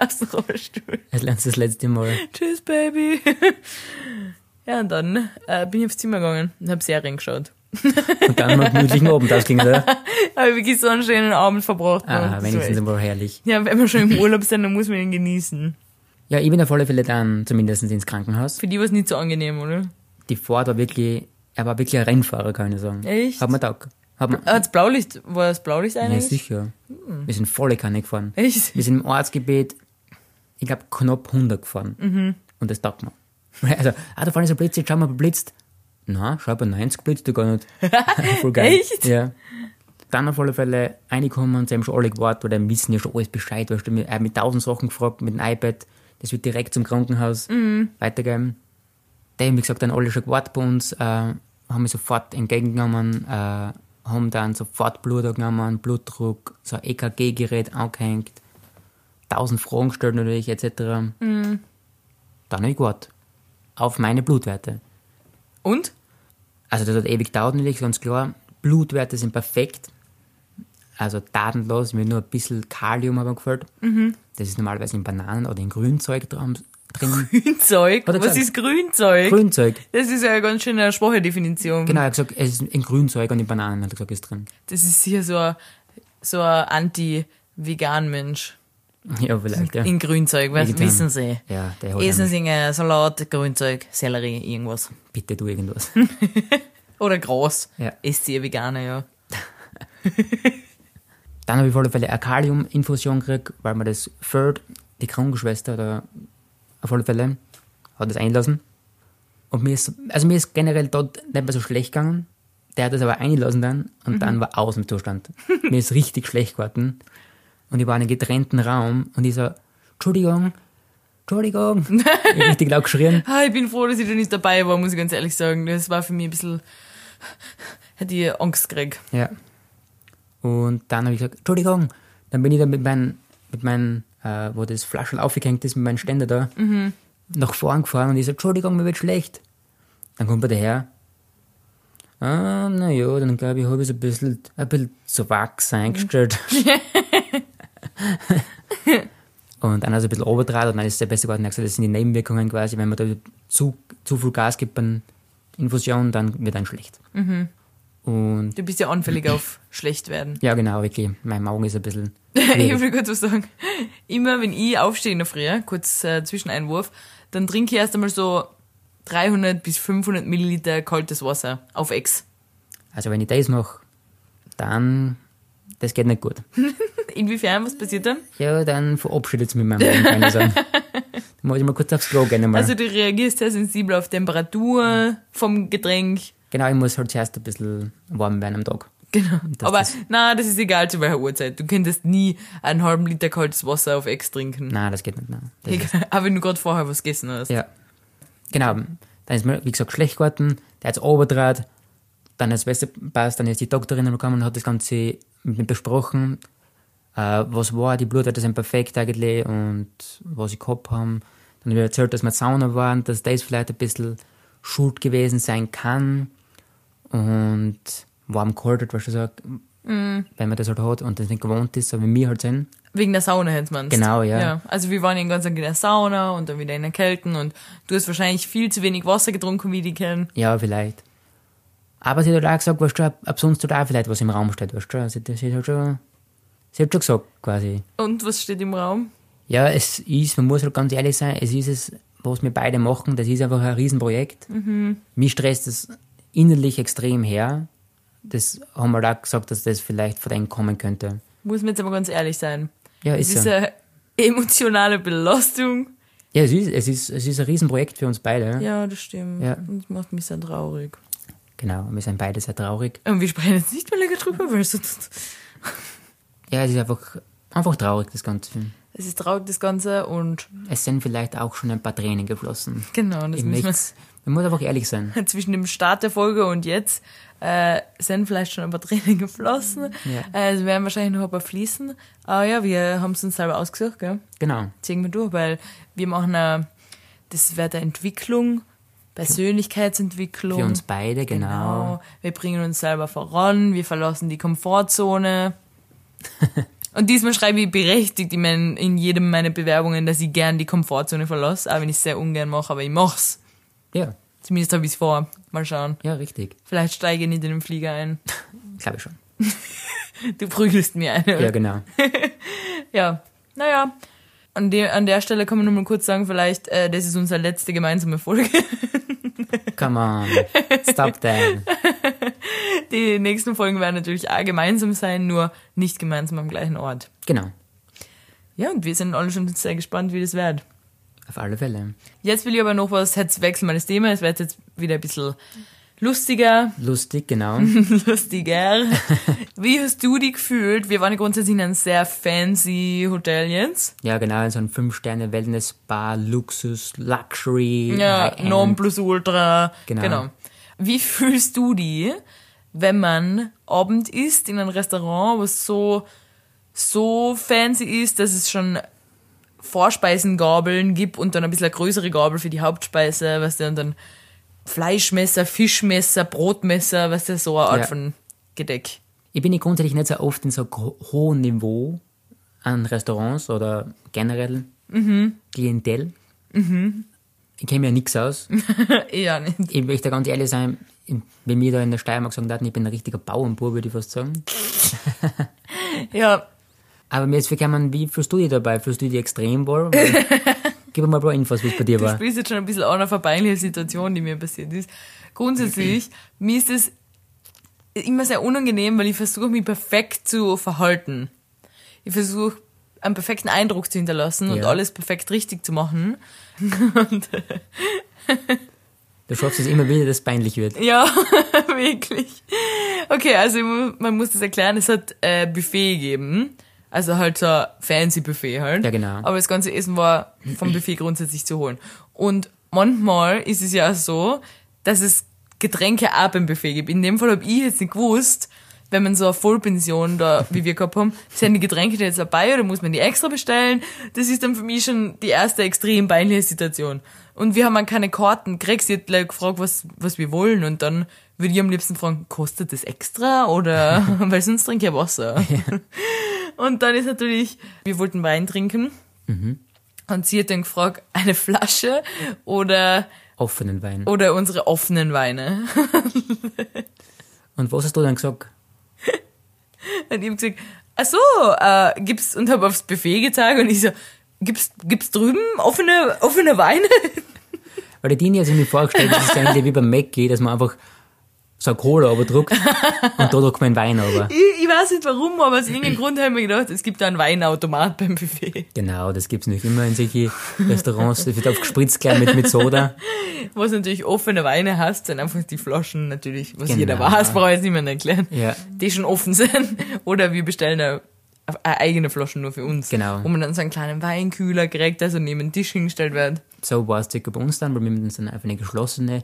Speaker 1: Aus dem Rollstuhl.
Speaker 2: Das lernst du das letzte Mal.
Speaker 1: Tschüss, Baby. Ja, und dann äh, bin ich aufs Zimmer gegangen und habe Serien geschaut.
Speaker 2: Und dann mal gemütlichen Abend ausging, oder?
Speaker 1: Habe wirklich so einen schönen Abend verbracht.
Speaker 2: Ah,
Speaker 1: Das war
Speaker 2: wenigstens
Speaker 1: echt-
Speaker 2: einmal herrlich.
Speaker 1: Ja, wenn wir schon im Urlaub sind, dann muss man ihn genießen.
Speaker 2: Ja, ich bin auf alle Fälle dann zumindest ins Krankenhaus.
Speaker 1: Für die war es nicht so angenehm, oder?
Speaker 2: Die Fahrt war wirklich, er war wirklich ein Rennfahrer, kann ich sagen.
Speaker 1: Echt?
Speaker 2: Hat man taugt. Hat man,
Speaker 1: Hat's Ah, Blaulicht, war das Blaulicht
Speaker 2: ja,
Speaker 1: eigentlich?
Speaker 2: sicher. Wir sind volle Kanne gefahren.
Speaker 1: Hm. Echt?
Speaker 2: Wir sind im Ortsgebiet, ich glaube, knapp 100 gefahren.
Speaker 1: Mhm.
Speaker 2: Und das taugt mir. Also, ah, da fahren so Blitze, jetzt schauen wir, ob er blitzt. Na, schau, bei 90 blitzt du gar nicht. Voll geil.
Speaker 1: Echt?
Speaker 2: Ja. Dann auf alle Fälle reingekommen und sie haben schon alle gewartet, weil die wissen ja schon alles Bescheid. Weißt du, mit, äh, mit tausend Sachen gefragt, mit dem iPad. Das wird direkt zum Krankenhaus weitergeben. Die haben, wie gesagt, dann alle schon gewartet bei uns, äh, haben mich sofort entgegengenommen, äh, haben dann sofort Blut genommen, Blutdruck, so ein EKG-Gerät angehängt, tausend Fragen gestellt natürlich, etc. Dann habe ich gewartet. Auf meine Blutwerte.
Speaker 1: Und?
Speaker 2: Also das hat ewig gedauert natürlich, ganz klar. Blutwerte sind perfekt. Also datenlos, mir nur ein bisschen Kalium haben gefällt. Das ist normalerweise in Bananen oder in Grünzeug drin.
Speaker 1: Grünzeug?
Speaker 2: Hat er
Speaker 1: Was
Speaker 2: gesagt.
Speaker 1: ist Grünzeug?
Speaker 2: Grünzeug.
Speaker 1: Das ist ja eine ganz schöne schwache Definition.
Speaker 2: Genau, er hat gesagt, es ist in Grünzeug und in Bananen, hat er gesagt, ist drin.
Speaker 1: Das ist hier so ein, so ein Anti-Vegan-Mensch.
Speaker 2: Ja, vielleicht, ja.
Speaker 1: In Grünzeug, was,
Speaker 2: Vegetarier.
Speaker 1: wissen Sie.
Speaker 2: Ja, der hat
Speaker 1: Essen
Speaker 2: einen,
Speaker 1: Sie äh, Salat, Grünzeug, Sellerie, irgendwas.
Speaker 2: bitte du irgendwas.
Speaker 1: Oder Gras.
Speaker 2: Ja.
Speaker 1: Esst ihr Veganer, ja.
Speaker 2: Dann habe ich auf alle Fälle eine Kaliuminfusion gekriegt, weil mir das fehlt. Die Krankenschwester oder auf alle Fälle hat das einlassen. Und mir ist, also mir ist generell dort nicht mehr so schlecht gegangen. Der hat das aber einlassen dann und dann war aus dem Zustand. mir ist richtig schlecht geworden. Und ich war in einem getrennten Raum und ich so, Entschuldigung, Entschuldigung. ich hab richtig laut geschrien.
Speaker 1: Ah, ich bin froh, dass ich da nicht dabei war, muss ich ganz ehrlich sagen. Das war für mich ein bisschen... Hätte ich Angst gekriegt.
Speaker 2: Ja. Und dann habe ich gesagt, Entschuldigung. Dann bin ich da mit meinem, mit meinem äh, wo das Flaschel aufgehängt ist, mit meinem Ständer da, nach vorn gefahren und ich so, Entschuldigung, mir wird schlecht. Dann kommt er daher. Ah, na ja, dann glaube ich, habe ich so ein bisschen, ein bisschen zu Wachs eingestellt. und dann hat er so ein bisschen Oberdraht und dann ist es besser geworden. Er hat gesagt, das sind die Nebenwirkungen quasi, wenn man da zu, zu viel Gas gibt bei einer Infusion, dann wird dann schlecht. Und
Speaker 1: Du bist ja anfällig auf schlecht werden.
Speaker 2: ja, genau, wirklich. Mein Magen ist ein bisschen.
Speaker 1: ich will kurz was sagen. Immer wenn ich aufstehe in der Früh, kurz äh, Zwischeneinwurf, dann trinke ich erst einmal so 300 bis 500 Milliliter kaltes Wasser auf Ex.
Speaker 2: Also, wenn ich das mache, dann. Das geht nicht gut.
Speaker 1: Inwiefern, was passiert dann?
Speaker 2: Ja, dann verabschiedet es mich mein Magen, kann ich sagen. Dann muss ich mal kurz aufs Klo gehen. Einmal.
Speaker 1: Also du reagierst sehr sensibel auf Temperatur vom Getränk.
Speaker 2: genau, ich muss halt zuerst ein bisschen warm werden am Tag.
Speaker 1: Genau.
Speaker 2: Dass
Speaker 1: Aber
Speaker 2: das-
Speaker 1: na, das ist egal zu welcher Uhrzeit. Du könntest nie einen halben Liter kaltes Wasser auf Ex trinken.
Speaker 2: Nein, das geht nicht. Nein. Das ist,
Speaker 1: Egal. Aber wenn du gerade vorher was gegessen hast.
Speaker 2: ja. Genau. Dann ist mir, wie gesagt, schlecht geworden. Der hat es runtergedreht. Dann hat es besser gepasst. Dann ist die Doktorin gekommen und hat das Ganze mit mir besprochen. Äh, was war, die Blutwerte sind perfekt eigentlich und was ich gehabt habe. Dann habe ich erzählt, dass wir in der Sauna waren, dass das vielleicht ein bisschen schuld gewesen sein kann. Und warm gehalten, was ich sage, wenn man das halt hat und das nicht gewohnt ist, so wie wir halt sind.
Speaker 1: Wegen der Sauna hätte man
Speaker 2: Genau, ja.
Speaker 1: Also wir waren den ganzen Tag in der Sauna und dann wieder in der Kälten und du hast wahrscheinlich viel zu wenig Wasser getrunken, wie die kennen.
Speaker 2: Ja, vielleicht. Aber sie hat halt auch gesagt, weißt du, ab, ab sonst hat auch vielleicht was im Raum steht, weißt du. Also, Sie, sie, hat halt schon, sie hat schon gesagt, quasi.
Speaker 1: Und was steht im Raum?
Speaker 2: Ja, es ist, man muss halt ganz ehrlich sein, es ist es, was wir beide machen, das ist einfach ein Riesenprojekt.
Speaker 1: Mhm.
Speaker 2: Mich stresst es innerlich extrem her. Das haben wir auch gesagt, dass das vielleicht von denen kommen könnte.
Speaker 1: Muss man jetzt aber ganz ehrlich sein.
Speaker 2: Ja,
Speaker 1: Es
Speaker 2: ist
Speaker 1: ist
Speaker 2: so.
Speaker 1: eine emotionale Belastung.
Speaker 2: Ja, es ist, es ist, es ist ein Riesenprojekt für uns beide.
Speaker 1: Ja, das stimmt.
Speaker 2: Ja.
Speaker 1: Und das macht mich sehr traurig.
Speaker 2: Genau, wir sind beide sehr traurig.
Speaker 1: Und wir sprechen jetzt nicht mehr länger drüber, weil sonst
Speaker 2: Ja, es ist einfach, einfach traurig, das Ganze.
Speaker 1: es ist traurig, das Ganze. Und
Speaker 2: Es sind vielleicht auch schon ein paar Tränen geflossen.
Speaker 1: genau, das
Speaker 2: Ich
Speaker 1: müssen wir
Speaker 2: möcht's- Man muss einfach ehrlich sein.
Speaker 1: zwischen dem Start der Folge und jetzt äh, sind vielleicht schon ein paar Tränen geflossen.
Speaker 2: Ja.
Speaker 1: Äh, es werden wahrscheinlich noch ein paar fließen. Aber ja, wir haben es uns selber ausgesucht, gell?
Speaker 2: Genau.
Speaker 1: Ziehen wir durch, weil wir machen eine, das wäre der Entwicklung, Persönlichkeitsentwicklung.
Speaker 2: Für uns beide, genau.
Speaker 1: Wir bringen uns selber voran, wir verlassen die Komfortzone. Und diesmal schreibe ich berechtigt in, meinen, in jedem meiner Bewerbungen, dass ich gern die Komfortzone verlasse, auch wenn ich es sehr ungern mache, aber ich mach's.
Speaker 2: Ja,
Speaker 1: Zumindest habe ich es vor. Mal schauen.
Speaker 2: ja, richtig.
Speaker 1: Vielleicht steige ich nicht in den Flieger ein.
Speaker 2: Glaube ich schon.
Speaker 1: Du prügelst mir eine.
Speaker 2: Ja, genau.
Speaker 1: Ja, naja. An, de an der Stelle kann man nur mal kurz sagen, vielleicht, äh, das ist unsere letzte gemeinsame Folge.
Speaker 2: Come on. Stop that.
Speaker 1: Die nächsten Folgen werden natürlich auch gemeinsam sein, nur nicht gemeinsam am gleichen Ort.
Speaker 2: Genau.
Speaker 1: Ja, und wir sind alle schon sehr gespannt, wie das wird.
Speaker 2: Auf alle Fälle.
Speaker 1: Jetzt will ich aber noch was, jetzt wechseln wir das Thema, es wird jetzt wieder ein bisschen lustiger,
Speaker 2: Lustig, genau.
Speaker 1: lustiger. Wie hast du dich gefühlt? Wir waren grundsätzlich in einem sehr fancy Hotel jetzt.
Speaker 2: Ja, genau. So ein 5-Sterne-Wellness-Bar, Luxus, Luxury.
Speaker 1: Ja,
Speaker 2: High-End.
Speaker 1: non plus ultra.
Speaker 2: Äh, ähm, Genau.
Speaker 1: Wie fühlst du dich, wenn man Abend isst in einem Restaurant, was so, so fancy ist, dass es schon Vorspeisengabeln gibt und dann ein bisschen eine größere Gabel für die Hauptspeise, was weißt du, und dann Fleischmesser, Fischmesser, Brotmesser, was weißt du, so eine Art
Speaker 2: Ja.
Speaker 1: von Gedeck.
Speaker 2: Ich bin ja grundsätzlich nicht so oft in so ho- hohem Niveau an Restaurants oder generell Klientel. Ich kenne mir ja nichts aus.
Speaker 1: Ja, nicht.
Speaker 2: ich möchte ganz ehrlich sein, ich- wenn mir da in der Steiermark sagen würden, ich bin ein richtiger Bauernbub, würde ich fast sagen.
Speaker 1: ja,
Speaker 2: Aber mir jetzt verkehren, wie fühlst du dich dabei? Fühlst du dich extrem wohl? Weil- Gib mir mal ein paar Infos, wie es bei dir
Speaker 1: Du
Speaker 2: war.
Speaker 1: spielst jetzt schon ein bisschen an einer verbeinlichen Situation, die mir passiert ist. Grundsätzlich, mir ist es immer sehr unangenehm, weil ich versuche, mich perfekt zu verhalten. Ich versuche, einen perfekten Eindruck zu hinterlassen und
Speaker 2: Ja.
Speaker 1: alles perfekt richtig zu machen. äh,
Speaker 2: Du schaffst es immer wieder, dass es peinlich wird.
Speaker 1: Ja, wirklich. Okay, also ich mu- man muss das erklären, es hat äh, Buffet gegeben. Also halt so ein fancy Buffet halt.
Speaker 2: Ja, genau.
Speaker 1: Aber das ganze Essen war vom Buffet grundsätzlich zu holen. Und manchmal ist es ja so, dass es Getränke auch beim Buffet gibt. In dem Fall habe ich jetzt nicht gewusst, wenn man so eine Vollpension da, wie wir gehabt haben, sind die Getränke da jetzt dabei oder muss man die extra bestellen? Das ist dann für mich schon die erste extrem peinliche Situation. Und wir haben dann keine Karten gekriegt. Sie hat gleich gefragt, was, was wir wollen. Und dann würde ich am liebsten fragen, kostet das extra oder, weil sonst trinke ich ja Wasser. Und dann ist natürlich, wir wollten Wein trinken. Und sie hat dann gefragt, eine Flasche oder, Oh.
Speaker 2: Offenen Wein.
Speaker 1: oder unsere offenen Weine.
Speaker 2: Und was hast du dann gesagt?
Speaker 1: Und ich hab gesagt, ach so, äh, gibt's, und habe aufs Buffet gezeigt und ich so, gibt's, gibt's drüben offene, offene Weine?
Speaker 2: Weil die Dini hat sich mir vorgestellt, das ist eigentlich wie beim Mackie, dass man einfach so eine Cola runterdrückt und da drückt man einen Wein runter.
Speaker 1: Ich, ich weiß nicht warum, aber aus irgendeinem Grund habe ich mir gedacht, es gibt da einen Weinautomat beim Buffet,
Speaker 2: Genau, das gibt's nicht immer in solchen Restaurants. Das wird oft gespritzt gleich mit, mit Soda.
Speaker 1: wo es natürlich offene Weine hast, sind einfach die Flaschen natürlich, was
Speaker 2: Genau.
Speaker 1: jeder weiß, brauche ich jetzt niemand erklären,
Speaker 2: Ja.
Speaker 1: die schon offen sind. Oder wir bestellen eine, eine eigene Flasche nur für uns.
Speaker 2: Genau.
Speaker 1: Wo man dann so einen kleinen Weinkühler kriegt, der so neben den Tisch hingestellt wird.
Speaker 2: So war es circa bei uns dann, weil wir haben uns dann einfach eine geschlossene.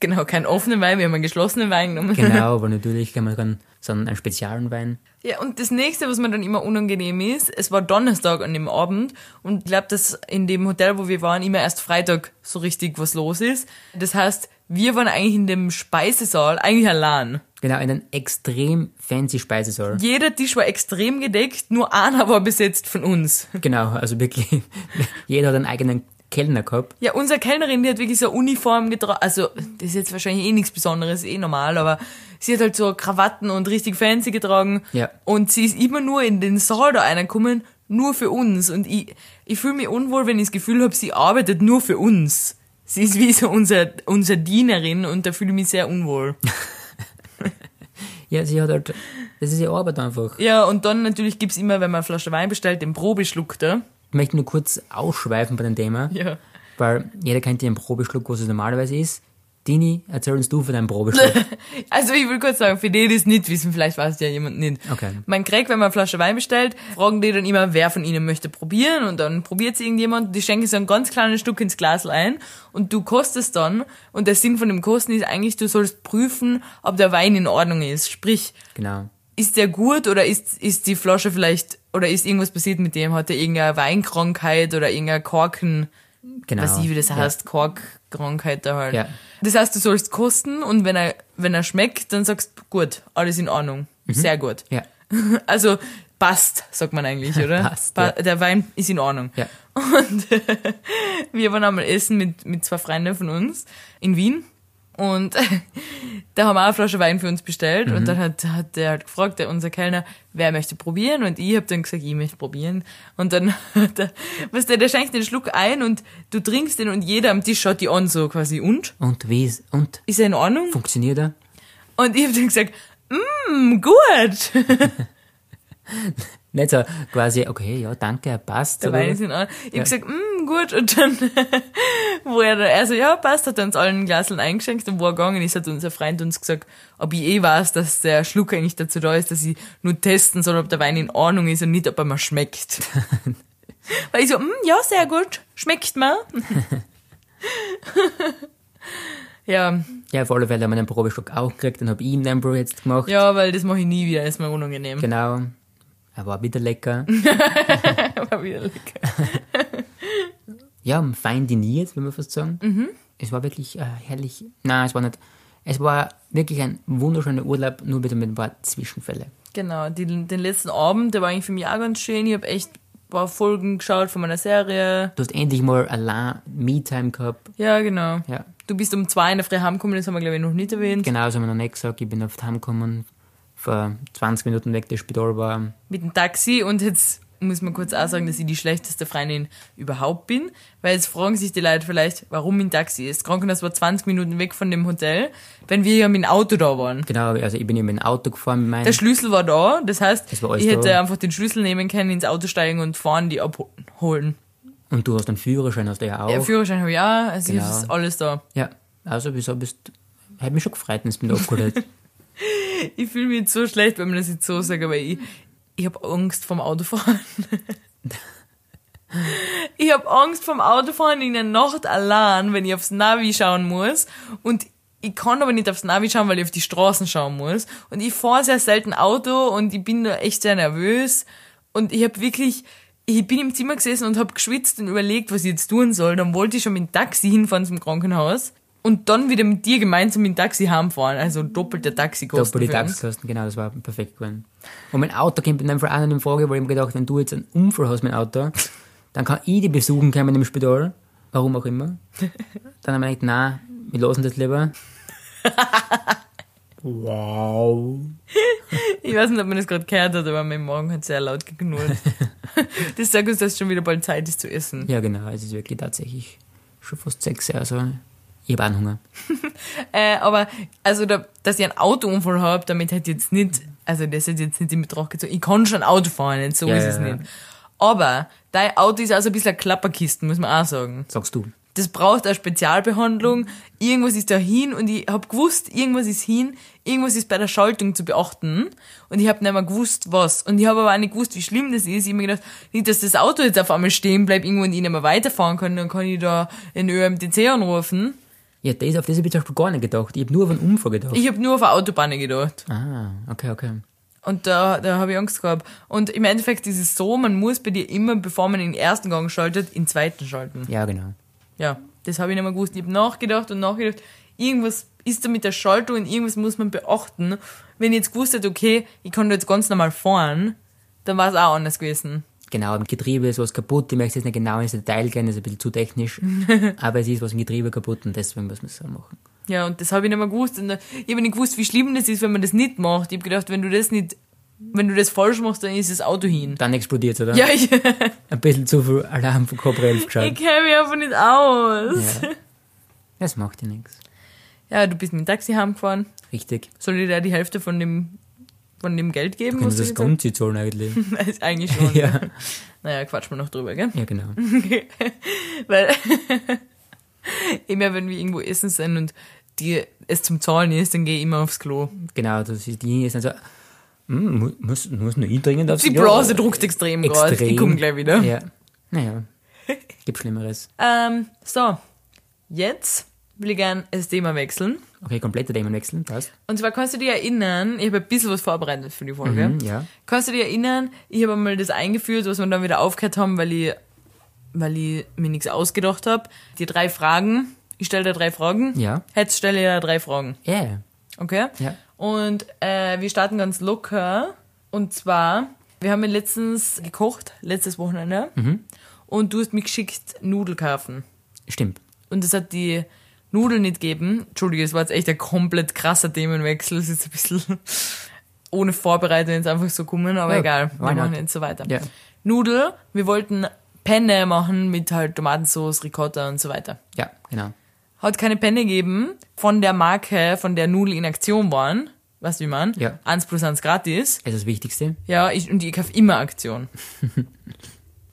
Speaker 1: Genau, kein offenen Wein, wir haben einen geschlossenen Wein genommen.
Speaker 2: Genau, weil natürlich kann man dann so einen, einen speziellen Wein.
Speaker 1: Ja, und das nächste, was mir dann immer unangenehm ist, es war Donnerstag an dem Abend und ich glaube, dass in dem Hotel, wo wir waren, immer erst Freitag so richtig was los ist. Das heißt, wir waren eigentlich in dem Speisesaal eigentlich allein.
Speaker 2: Genau, einen extrem fancy Speisesaal.
Speaker 1: Jeder Tisch war extrem gedeckt, nur einer war besetzt von uns.
Speaker 2: Genau, also wirklich, jeder hat einen eigenen Kellner gehabt.
Speaker 1: Ja, unsere Kellnerin, die hat wirklich so eine Uniform getragen. Also, das ist jetzt wahrscheinlich eh nichts Besonderes, eh normal, aber sie hat halt so Krawatten und richtig fancy getragen.
Speaker 2: Ja.
Speaker 1: Und sie ist immer nur in den Saal da reingekommen, nur für uns. Und ich, ich fühle mich unwohl, wenn ich das Gefühl habe, sie arbeitet nur für uns. Sie ist wie so unser, unser Dienerin und da fühle ich mich sehr unwohl.
Speaker 2: Ja, sie hat halt, das ist ihre Arbeit einfach.
Speaker 1: Ja, und dann natürlich gibt's immer, wenn man eine Flasche Wein bestellt, den Probeschluck da.
Speaker 2: Ich möchte nur kurz ausschweifen bei dem Thema,
Speaker 1: Ja.
Speaker 2: weil jeder kennt den Probeschluck, was es normalerweise ist. Dini, erzähl uns du von deinem Probeschluck.
Speaker 1: Also ich will kurz sagen, für die, die es nicht wissen, vielleicht weiß es ja jemand nicht.
Speaker 2: Okay.
Speaker 1: Man kriegt, wenn man eine Flasche Wein bestellt, fragen die dann immer, wer von ihnen möchte probieren und dann probiert es irgendjemand. Die schenken so ein ganz kleines Stück ins Glas ein und du kostest dann und der Sinn von dem Kosten ist eigentlich, du sollst prüfen, ob der Wein in Ordnung ist. Sprich,
Speaker 2: genau.
Speaker 1: ist der gut oder ist, ist die Flasche vielleicht, oder ist irgendwas passiert mit dem? Hat er irgendeine Weinkrankheit oder irgendeine Korken?
Speaker 2: genau.
Speaker 1: weiß ich, wie das heißt, Korkkrankheit da halt.
Speaker 2: Ja.
Speaker 1: Das heißt, du sollst kosten und wenn er, wenn er schmeckt, dann sagst du, gut, alles in Ordnung,
Speaker 2: Mhm.
Speaker 1: sehr gut.
Speaker 2: Ja. ja.
Speaker 1: Also passt, sagt man eigentlich, oder?
Speaker 2: Passt,
Speaker 1: Pa-
Speaker 2: ja.
Speaker 1: Der Wein ist in Ordnung.
Speaker 2: Ja.
Speaker 1: Und wir waren einmal essen mit, mit zwei Freunden von uns in Wien. Und da haben wir auch eine Flasche Wein für uns bestellt.
Speaker 2: Mhm.
Speaker 1: Und dann hat, hat der halt gefragt, der, unser Kellner, wer möchte probieren? Und ich habe dann gesagt, ich möchte probieren. Und dann, hat der, was der, der schenkt den Schluck ein und du trinkst den und jeder am Tisch schaut die an, so quasi. Und?
Speaker 2: Und wie ist, und
Speaker 1: Ist er in Ordnung?
Speaker 2: funktioniert er?
Speaker 1: Und ich habe dann gesagt, mmm, gut.
Speaker 2: Nicht so quasi, okay, ja, danke, er passt.
Speaker 1: Der
Speaker 2: oder
Speaker 1: Wein
Speaker 2: was?
Speaker 1: ist in Ordnung. Ich hab gesagt, mm, gut. Und dann, wo er dann, also ja, passt, hat er uns allen ein Glasl eingeschenkt und wo er gegangen ist, hat unser Freund uns gesagt, ob ich eh weiß, dass der Schluck eigentlich dazu da ist, dass ich nur testen soll, ob der Wein in Ordnung ist und nicht, ob er mir schmeckt. Weil ich so, mm, ja, sehr gut, schmeckt mir. ja,
Speaker 2: ja, auf alle Fälle haben wir den Probeschluck auch gekriegt, dann hab ich ihm den Bro jetzt gemacht.
Speaker 1: ja, weil das mache ich nie wieder, ist mir unangenehm.
Speaker 2: Genau. Er war wieder lecker.
Speaker 1: War wieder lecker.
Speaker 2: ja, fein diniert, würde man fast sagen. Es war wirklich äh, herrlich. Nein, es war nicht. Es war wirklich ein wunderschöner Urlaub, nur bitte mit ein paar Zwischenfälle.
Speaker 1: Genau, die, den letzten Abend, der war eigentlich für mich auch ganz schön. Ich habe echt ein paar Folgen geschaut von meiner Serie.
Speaker 2: Du hast endlich mal allein Me-Time gehabt.
Speaker 1: Ja, genau.
Speaker 2: Ja,
Speaker 1: Du bist um zwei in der Früh heimgekommen, das haben wir, glaube ich, noch nicht erwähnt.
Speaker 2: genau, das haben wir noch nicht gesagt. Ich bin oft heimgekommen, vor 20 Minuten weg, das Spital war.
Speaker 1: Mit dem Taxi und jetzt muss man kurz auch sagen, dass ich die schlechteste Freundin überhaupt bin, weil jetzt fragen sich die Leute vielleicht, warum im Taxi ist. Das Krankenhaus war 20 Minuten weg von dem Hotel, wenn wir ja mit dem Auto da waren.
Speaker 2: Genau, also ich bin eben mit dem Auto gefahren mit meinem.
Speaker 1: Der Schlüssel war da, das heißt,
Speaker 2: Das war alles
Speaker 1: ich hätte
Speaker 2: da.
Speaker 1: einfach den Schlüssel nehmen können, ins Auto steigen und fahren, die abholen.
Speaker 2: Und du hast einen Führerschein, hast du ja auch.
Speaker 1: Der
Speaker 2: Ja,
Speaker 1: Führerschein habe ich auch, also
Speaker 2: Genau.
Speaker 1: ist alles da.
Speaker 2: also wieso bist Hat mich schon gefreut, wenn du mich abgeholt hast.
Speaker 1: Ich fühle mich jetzt so schlecht, wenn man das jetzt so sagt, aber ich, ich habe Angst vom Autofahren. ich habe Angst vom Autofahren in der Nacht allein, wenn ich aufs Navi schauen muss. Und ich kann aber nicht aufs Navi schauen, weil ich auf die Straßen schauen muss. Und ich fahre sehr selten Auto und ich bin da echt sehr nervös. Und ich habe wirklich, ich bin im Zimmer gesessen und habe geschwitzt und überlegt, was ich jetzt tun soll. Dann wollte ich schon mit dem Taxi hinfahren zum Krankenhaus. Und dann wieder mit dir gemeinsam mit dem Taxi heimfahren. Also doppelte Taxikosten.
Speaker 2: Doppelte
Speaker 1: für uns.
Speaker 2: Taxikosten, genau, das war perfekt geworden. Und mein Auto kommt in dem Fall auch nicht in Frage, weil ich mir gedacht wenn du jetzt einen Unfall hast mit dem Auto, dann kann ich dich besuchen kommen im Spital, warum auch immer. Dann haben wir gedacht, nein, wir lassen das lieber. Wow.
Speaker 1: Ich weiß nicht, ob man das gerade gehört hat, aber mein Morgen hat sehr laut geknurrt. das sagt uns, dass es schon wieder bald Zeit ist zu essen.
Speaker 2: Ja, genau, es ist wirklich tatsächlich schon fast sechs, also ich habe auch Hunger.
Speaker 1: Äh, aber, also, da, dass ich einen Autounfall habe, damit hätte ich jetzt nicht, also das hätte ich jetzt nicht in Betracht gezogen. Ich kann schon Auto fahren, nicht? so
Speaker 2: Ja,
Speaker 1: ist
Speaker 2: ja,
Speaker 1: es
Speaker 2: ja.
Speaker 1: nicht. Aber dein Auto ist also ein bisschen eine Klapperkiste, muss man auch sagen.
Speaker 2: Sagst du.
Speaker 1: Das braucht eine Spezialbehandlung. Irgendwas ist da hin und ich habe gewusst, irgendwas ist hin, irgendwas ist bei der Schaltung zu beachten. Und ich habe nicht mehr gewusst, was. Und ich habe aber auch nicht gewusst, wie schlimm das ist. Ich habe mir gedacht, nicht, dass das Auto jetzt auf einmal stehen bleibt irgendwo und ich nicht mehr weiterfahren kann, dann kann ich da den ÖMTC anrufen.
Speaker 2: Ja, das, auf das habe ich zum Beispiel gar nicht gedacht. Ich habe nur auf einen Unfall gedacht.
Speaker 1: Ich habe nur auf eine Autobahn gedacht.
Speaker 2: ah, okay, okay.
Speaker 1: Und da, da habe ich Angst gehabt. Und im Endeffekt ist es so, man muss bei dir immer, bevor man in den ersten Gang schaltet, in den zweiten schalten.
Speaker 2: Ja, genau.
Speaker 1: Ja, das habe ich nicht mehr gewusst. Ich habe nachgedacht und nachgedacht, irgendwas ist da mit der Schaltung und irgendwas muss man beachten. Wenn ich jetzt gewusst hätte, okay, ich kann da jetzt ganz normal fahren, dann war es auch anders gewesen.
Speaker 2: Genau, im Getriebe ist was kaputt. Ich möchte jetzt nicht genau ins Detail gehen, das ist ein bisschen zu technisch. aber es ist was im Getriebe kaputt und deswegen muss man es so machen.
Speaker 1: Ja, und das habe ich nicht mehr gewusst. Und da- ich habe nicht gewusst, wie schlimm das ist, wenn man das nicht macht. Ich habe gedacht, wenn du das nicht, wenn du das falsch machst, dann ist das Auto hin.
Speaker 2: Dann explodiert oder?
Speaker 1: Ja, ich, ich
Speaker 2: Ein bisschen zu viel Alarm von Cobra 11 geschaut.
Speaker 1: kenne mich einfach nicht aus.
Speaker 2: Ja. Das macht ja nichts.
Speaker 1: Ja, du bist mit dem Taxi heimgefahren.
Speaker 2: Richtig.
Speaker 1: Soll ich da die Hälfte von dem, von dem Geld geben?
Speaker 2: Können
Speaker 1: was
Speaker 2: Sie das
Speaker 1: du
Speaker 2: Grundziel zahlen eigentlich?
Speaker 1: jetzt- Ist eigentlich schon.
Speaker 2: ja.
Speaker 1: Naja, quatsch mal noch drüber, gell?
Speaker 2: ja, genau.
Speaker 1: Weil immer wenn wir irgendwo essen sind und die, es zum Zahlen ist, dann gehe ich immer aufs Klo.
Speaker 2: Genau, das ist die, ist also, hm, mu- muss, muss nur ich dringend aufs
Speaker 1: Die
Speaker 2: Ja.
Speaker 1: Blase druckt extrem, gerade. Ich komme gleich wieder.
Speaker 2: Ja. Naja, gibt Schlimmeres.
Speaker 1: Ähm, so, jetzt will ich gern das Thema wechseln.
Speaker 2: Okay, kompletter Themenwechsel, passt.
Speaker 1: Und zwar kannst du dir erinnern, ich habe ein bisschen was vorbereitet für die Folge.
Speaker 2: Mhm, ja.
Speaker 1: Kannst du dich erinnern, ich habe einmal das eingeführt, was wir dann wieder aufgehört haben, weil ich, weil ich mir nichts ausgedacht habe. Die drei Fragen. Ich stelle dir drei Fragen.
Speaker 2: Ja.
Speaker 1: Jetzt stelle ich dir drei Fragen.
Speaker 2: Yeah.
Speaker 1: Okay?
Speaker 2: Ja.
Speaker 1: Und äh, wir starten ganz locker. Und zwar, wir haben ja letztens gekocht, letztes Wochenende.
Speaker 2: Mhm.
Speaker 1: Und du hast mir geschickt Nudel kaufen.
Speaker 2: Stimmt.
Speaker 1: Und es hat die Nudeln nicht gegeben. Entschuldige, es war jetzt echt ein komplett krasser Themenwechsel. Es ist ein bisschen ohne Vorbereitung jetzt einfach so kommen, aber
Speaker 2: Ja,
Speaker 1: egal.
Speaker 2: why
Speaker 1: Wir
Speaker 2: not?
Speaker 1: machen jetzt so weiter.
Speaker 2: Ja.
Speaker 1: Nudel, wir wollten Penne machen mit halt Tomatensauce, Ricotta und so weiter.
Speaker 2: Ja, genau.
Speaker 1: Hat keine Penne gegeben von der Marke, von der Nudel in Aktion waren. Weißt du, wie man?
Speaker 2: Ja.
Speaker 1: Eins plus eins gratis.
Speaker 2: Das ist das Wichtigste.
Speaker 1: Ja, ich, und ich kaufe immer Aktion.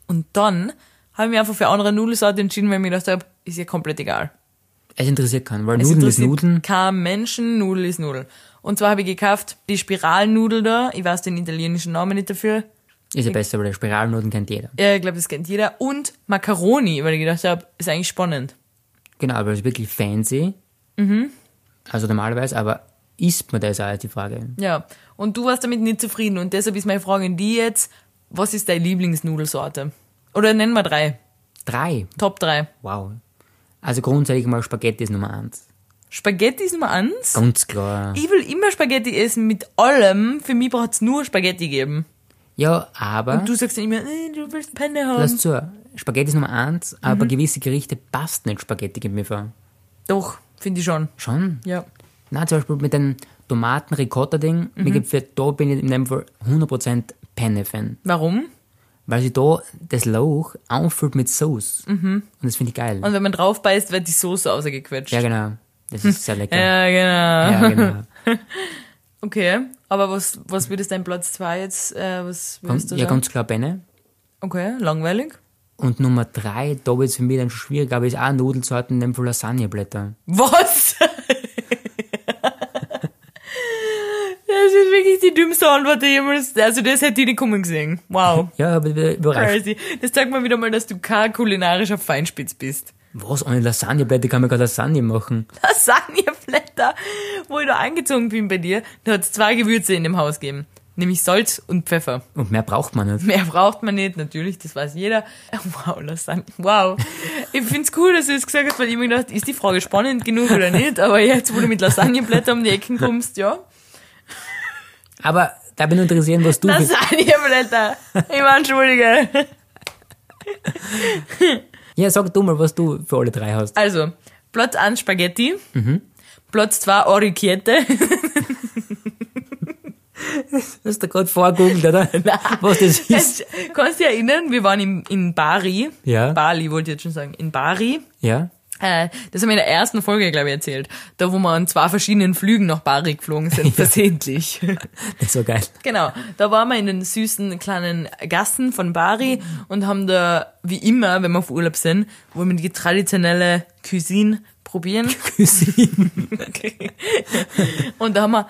Speaker 1: und dann habe ich mich einfach für eine andere Nudelsorte entschieden, weil ich mir gedacht habe, ist ja komplett egal.
Speaker 2: Es interessiert keinen, weil
Speaker 1: Es
Speaker 2: Nudeln ist
Speaker 1: interessiert
Speaker 2: Nudeln.
Speaker 1: Kein Menschen, Nudel ist Nudel. Und zwar habe ich gekauft die Spiralnudel da. Ich weiß den italienischen Namen nicht dafür.
Speaker 2: Ist ja besser, weil der Spiralnudeln kennt jeder.
Speaker 1: Ja, ich glaube, das kennt jeder. Und Macaroni, weil ich gedacht habe, ist eigentlich spannend.
Speaker 2: Genau, aber es ist wirklich fancy. Mhm. Also normalerweise, aber isst man das auch, ist die Frage.
Speaker 1: Ja. Und du warst damit nicht zufrieden. Und deshalb ist meine Frage an die jetzt, was ist deine Lieblingsnudelsorte? Oder nennen wir drei.
Speaker 2: Drei.
Speaker 1: Top drei.
Speaker 2: Wow. Also grundsätzlich mal Spaghetti ist Nummer eins.
Speaker 1: Spaghetti ist Nummer eins.
Speaker 2: Ganz klar.
Speaker 1: Ich will immer Spaghetti essen mit allem. Für mich braucht es nur Spaghetti geben.
Speaker 2: Ja, aber...
Speaker 1: Du sagst dann immer, äh, du willst Penne haben.
Speaker 2: Lass zu, Spaghetti ist Nummer eins,
Speaker 1: Mhm.
Speaker 2: aber gewisse Gerichte passt nicht Spaghetti, gibt mir vor.
Speaker 1: Doch, finde ich schon.
Speaker 2: Schon?
Speaker 1: Ja.
Speaker 2: Na, zum Beispiel mit dem Tomaten-Ricotta-Ding,
Speaker 1: Mhm.
Speaker 2: mir gibt für, da bin ich in dem Fall 100% Penne-Fan.
Speaker 1: Warum?
Speaker 2: Weil sie da das Lauch auffüllt mit Sauce. Und das finde ich geil.
Speaker 1: Mhm. Und Hm. wenn man drauf beißt, wird die Soße ausgequetscht.
Speaker 2: ja, genau. Das ist sehr lecker.
Speaker 1: Ja, genau.
Speaker 2: Ja, genau.
Speaker 1: Okay, aber was, was wird es dein Platz 2 jetzt? Äh, was
Speaker 2: Ganz,
Speaker 1: würdest du
Speaker 2: ja,
Speaker 1: sagen?
Speaker 2: ganz klar Penne.
Speaker 1: Okay, langweilig.
Speaker 2: Und Nummer drei, da wird es für mich dann schon schwierig, aber ist auch Nudelsorten, in dem Fall Lasagneblätter.
Speaker 1: Was? das ist wirklich die dümmste Antwort, die ich jemals. Also, das hätte ich nicht kommen gesehen. Wow.
Speaker 2: Ja, aber wieder überrascht.
Speaker 1: Crazy. Das zeigt mal wieder mal, dass du kein kulinarischer Feinspitz bist.
Speaker 2: Was? Ohne Lasagneblätter kann man gar Lasagne machen.
Speaker 1: Lasagneblätter, wo ich da eingezogen bin bei dir, da hat es zwei Gewürze in dem Haus gegeben. Nämlich Salz und Pfeffer.
Speaker 2: Und mehr braucht man nicht.
Speaker 1: Mehr braucht man nicht, natürlich, das weiß jeder. Wow, Lasagne, wow. Ich find's cool, dass du das gesagt hast, weil ich mir gedacht, ist die Frage spannend genug oder nicht? Aber jetzt, wo du mit Lasagneblätter um die Ecken kommst, ja.
Speaker 2: Aber da bin ich interessieren, was du für
Speaker 1: Lasagneblätter, immer entschuldige.
Speaker 2: Ja, sag du mal, was du für alle drei hast. Mhm.
Speaker 1: Also, Platz 1 Spaghetti, Platz 2 Orichette
Speaker 2: Hast du gerade vorgegoogelt, oder? Was das ist?
Speaker 1: Kannst du dich erinnern, wir waren in, in Bari.
Speaker 2: Ja.
Speaker 1: Bali wollte ich jetzt schon sagen. In Bari.
Speaker 2: Ja?
Speaker 1: Äh, das haben wir in der ersten Folge, glaube ich, erzählt. Da, wo wir an zwei verschiedenen Flügen nach Bari geflogen sind, versehentlich.
Speaker 2: Das war geil.
Speaker 1: Genau, da waren wir in den süßen kleinen Gassen von Bari und haben da, wie immer, wenn wir auf Urlaub sind, wollen wir die traditionelle Cuisine probieren.
Speaker 2: Cuisine.
Speaker 1: Und da haben wir,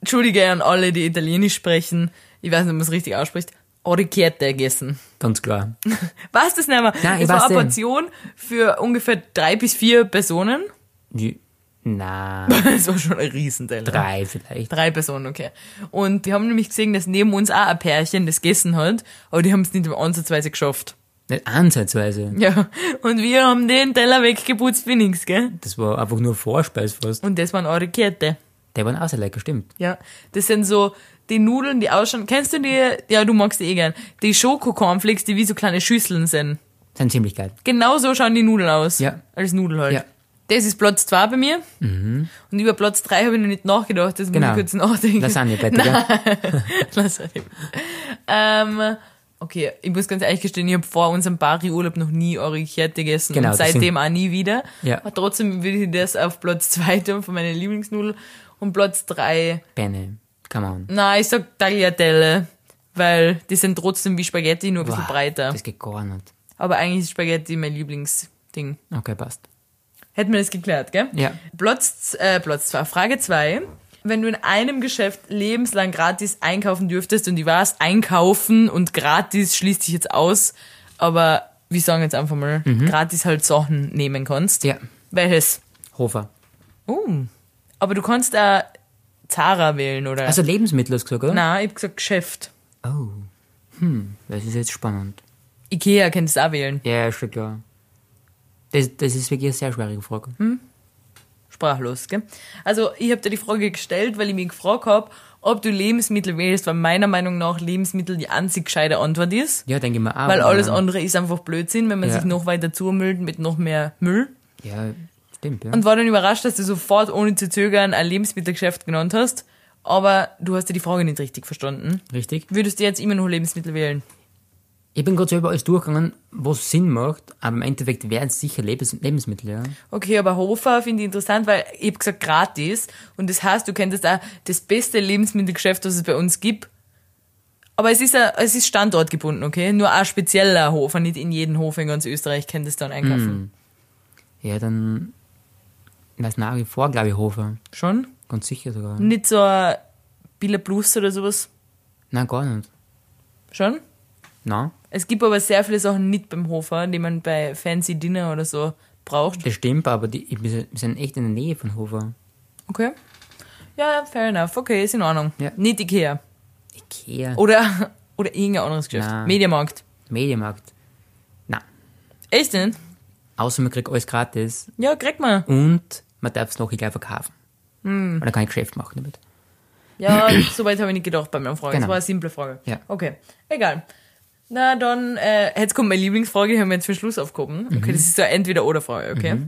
Speaker 1: entschuldige an alle, die Italienisch sprechen, ich weiß nicht, ob man es richtig ausspricht, Orecchiette gegessen.
Speaker 2: Ganz klar.
Speaker 1: Was das nicht mehr?
Speaker 2: Nein,
Speaker 1: das
Speaker 2: ich
Speaker 1: war
Speaker 2: weiß
Speaker 1: eine
Speaker 2: nicht.
Speaker 1: Portion für ungefähr drei bis vier Personen.
Speaker 2: Die- Na,
Speaker 1: Das war schon ein Riesenteil.
Speaker 2: drei vielleicht.
Speaker 1: Drei Personen, okay. Und wir haben nämlich gesehen, dass neben uns auch ein Pärchen das gegessen hat, aber die haben es nicht im Ansatzweise geschafft.
Speaker 2: Nicht ansatzweise.
Speaker 1: Ja, und wir haben den Teller weggeputzt wie nix, gell?
Speaker 2: Das war einfach nur Vorspeis fast.
Speaker 1: Und das waren eure Kette.
Speaker 2: Der war auch sehr lecker, stimmt.
Speaker 1: Ja, das sind so die Nudeln, die ausschauen. Kennst du die? Ja, du magst die eh gern. Die Schoko-Cornflakes, die wie so kleine Schüsseln sind.
Speaker 2: Sind ziemlich geil.
Speaker 1: Genau so schauen die Nudeln aus.
Speaker 2: Ja.
Speaker 1: Als Nudel halt.
Speaker 2: Ja. Mhm.
Speaker 1: Das ist Platz 2 bei mir. Und über Platz 3 habe ich noch nicht nachgedacht, das
Speaker 2: Genau.
Speaker 1: muss ich kurz nachdenken.
Speaker 2: Lasagne, bitte, gell?
Speaker 1: Lasagne. ähm, okay, ich muss ganz ehrlich gestehen, ich habe vor unserem Bari-Urlaub noch nie Orikette gegessen
Speaker 2: Genau,
Speaker 1: und
Speaker 2: das sind-
Speaker 1: seitdem auch nie wieder.
Speaker 2: Ja.
Speaker 1: Aber trotzdem würde ich das auf Platz 2 tun von meinen Lieblingsnudeln und Platz 3,
Speaker 2: Penne. Come on.
Speaker 1: nein, ich sag Tagliatelle, weil die sind trotzdem wie Spaghetti, nur ein bisschen
Speaker 2: Boah,
Speaker 1: breiter.
Speaker 2: Das geht gar nicht.
Speaker 1: Aber eigentlich ist Spaghetti mein Lieblingsding.
Speaker 2: Okay, passt.
Speaker 1: Hätten wir das geklärt, gell?
Speaker 2: Ja.
Speaker 1: Platz, äh, Platz zwei. Frage zwei. Wenn du in einem Geschäft lebenslang gratis einkaufen dürftest und die war's, einkaufen und gratis schließt dich jetzt aus, aber wir sagen jetzt einfach mal,
Speaker 2: Mhm.
Speaker 1: gratis halt Sachen nehmen kannst.
Speaker 2: Ja.
Speaker 1: Welches?
Speaker 2: Hofer.
Speaker 1: Oh. Aber du kannst da Zara wählen, oder?
Speaker 2: Also Lebensmittel hast du gesagt, oder?
Speaker 1: Nein, ich hab gesagt Geschäft.
Speaker 2: Oh. Hm, das ist jetzt spannend.
Speaker 1: Ikea kannst du auch wählen.
Speaker 2: Ja, ist schon klar. Das, das ist wirklich eine sehr schwierige Frage.
Speaker 1: Hm. sprachlos, gell? Also ich habe dir die Frage gestellt, weil ich mich gefragt habe, ob du Lebensmittel wählst, weil meiner Meinung nach Lebensmittel die einzig gescheite Antwort ist.
Speaker 2: Ja, denke ich mir auch.
Speaker 1: Weil alles
Speaker 2: andere.
Speaker 1: andere ist einfach Blödsinn, wenn man
Speaker 2: Ja.
Speaker 1: sich noch weiter zumüllt mit noch mehr Müll.
Speaker 2: Ja, stimmt, ja.
Speaker 1: Und war dann überrascht, dass du sofort ohne zu zögern ein Lebensmittelgeschäft genannt hast. Aber du hast dir die Frage nicht richtig verstanden.
Speaker 2: Richtig.
Speaker 1: Würdest du jetzt immer noch Lebensmittel wählen?
Speaker 2: Ich bin gerade so über alles durchgegangen, was Sinn macht, aber im Endeffekt wären es sicher Lebens Lebensmittel, ja.
Speaker 1: Okay, aber Hofer finde ich interessant, weil ich hab gesagt gratis. Und das heißt, du könntest auch das beste Lebensmittelgeschäft, was es bei uns gibt. Aber es ist, ein, es ist standortgebunden, okay? Nur ein spezieller Hofer, nicht in jedem Hof in ganz Österreich könntest du dann einkaufen.
Speaker 2: Hm. Ja, dann weiß nach wie vor, glaube ich, Hofer.
Speaker 1: Schon?
Speaker 2: Ganz sicher sogar.
Speaker 1: Nicht so ein Billa Plus oder sowas.
Speaker 2: Nein, gar nicht.
Speaker 1: Schon?
Speaker 2: Nein,
Speaker 1: Es gibt aber sehr viele Sachen nicht beim Hofer, die man bei Fancy Dinner oder so braucht.
Speaker 2: das stimmt, aber die, ich- wir sind echt in der Nähe von Hofer.
Speaker 1: Okay? Ja, fair enough. Okay, ist in Ordnung.
Speaker 2: Ja.
Speaker 1: Nicht Ikea.
Speaker 2: Ikea,
Speaker 1: Oh. Oder, oder irgendein anderes Geschäft.
Speaker 2: Nein.
Speaker 1: Mediamarkt.
Speaker 2: Medienmarkt. Nein,
Speaker 1: Echt denn?
Speaker 2: außer man kriegt alles gratis
Speaker 1: Ja, kriegt man.
Speaker 2: und man darf es noch gleich verkaufen. Und dann kann ich Geschäft machen damit.
Speaker 1: Ja, soweit habe ich nicht gedacht bei meiner Frage. Das
Speaker 2: Genau.
Speaker 1: war eine simple Frage.
Speaker 2: Ja.
Speaker 1: Okay, egal. Na, dann, äh, jetzt kommt meine Lieblingsfrage, die haben wir jetzt für den Schluss aufgehoben.
Speaker 2: Mhm.
Speaker 1: Okay, das ist so eine Entweder-Oder-Frage, okay?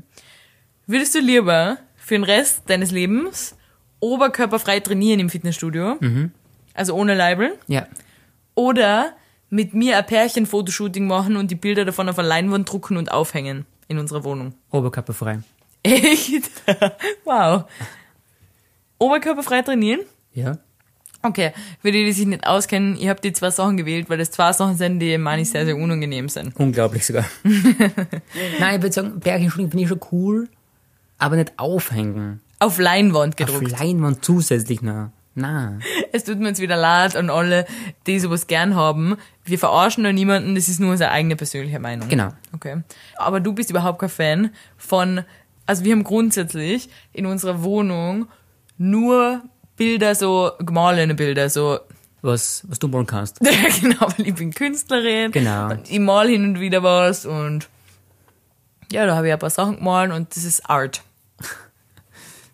Speaker 1: Würdest du lieber für den Rest deines Lebens oberkörperfrei trainieren im Fitnessstudio,
Speaker 2: Mhm.
Speaker 1: also ohne Leibel,
Speaker 2: Ja,
Speaker 1: oder mit mir ein Pärchen-Fotoshooting machen und die Bilder davon auf eine Leinwand drucken und aufhängen in unserer Wohnung?
Speaker 2: oberkörperfrei.
Speaker 1: Echt? wow. Oberkörperfrei trainieren?
Speaker 2: Ja.
Speaker 1: Okay, für die, die sich nicht auskennen, ich habe die zwei Sachen gewählt, weil das zwei Sachen sind, die meine ich sehr, sehr unangenehm sind.
Speaker 2: Unglaublich sogar. Nein, ich würde sagen, Bergenschwingen finde ich schon cool, aber nicht aufhängen.
Speaker 1: Auf Leinwand
Speaker 2: Auf
Speaker 1: gedruckt.
Speaker 2: Leinwand zusätzlich noch. Nein.
Speaker 1: Es tut mir jetzt wieder leid an alle, die sowas gern haben. Wir verarschen da niemanden, das ist nur unsere eigene persönliche Meinung.
Speaker 2: Genau.
Speaker 1: Okay. Aber du bist überhaupt kein Fan von, also wir haben grundsätzlich in unserer Wohnung nur Bilder, so gemahlene Bilder, so
Speaker 2: Was, was du malen kannst.
Speaker 1: Ja, genau, weil ich bin Künstlerin.
Speaker 2: Genau.
Speaker 1: Und ich mal hin und wieder was und ja, da habe ich ein paar Sachen gemalt und das ist Art.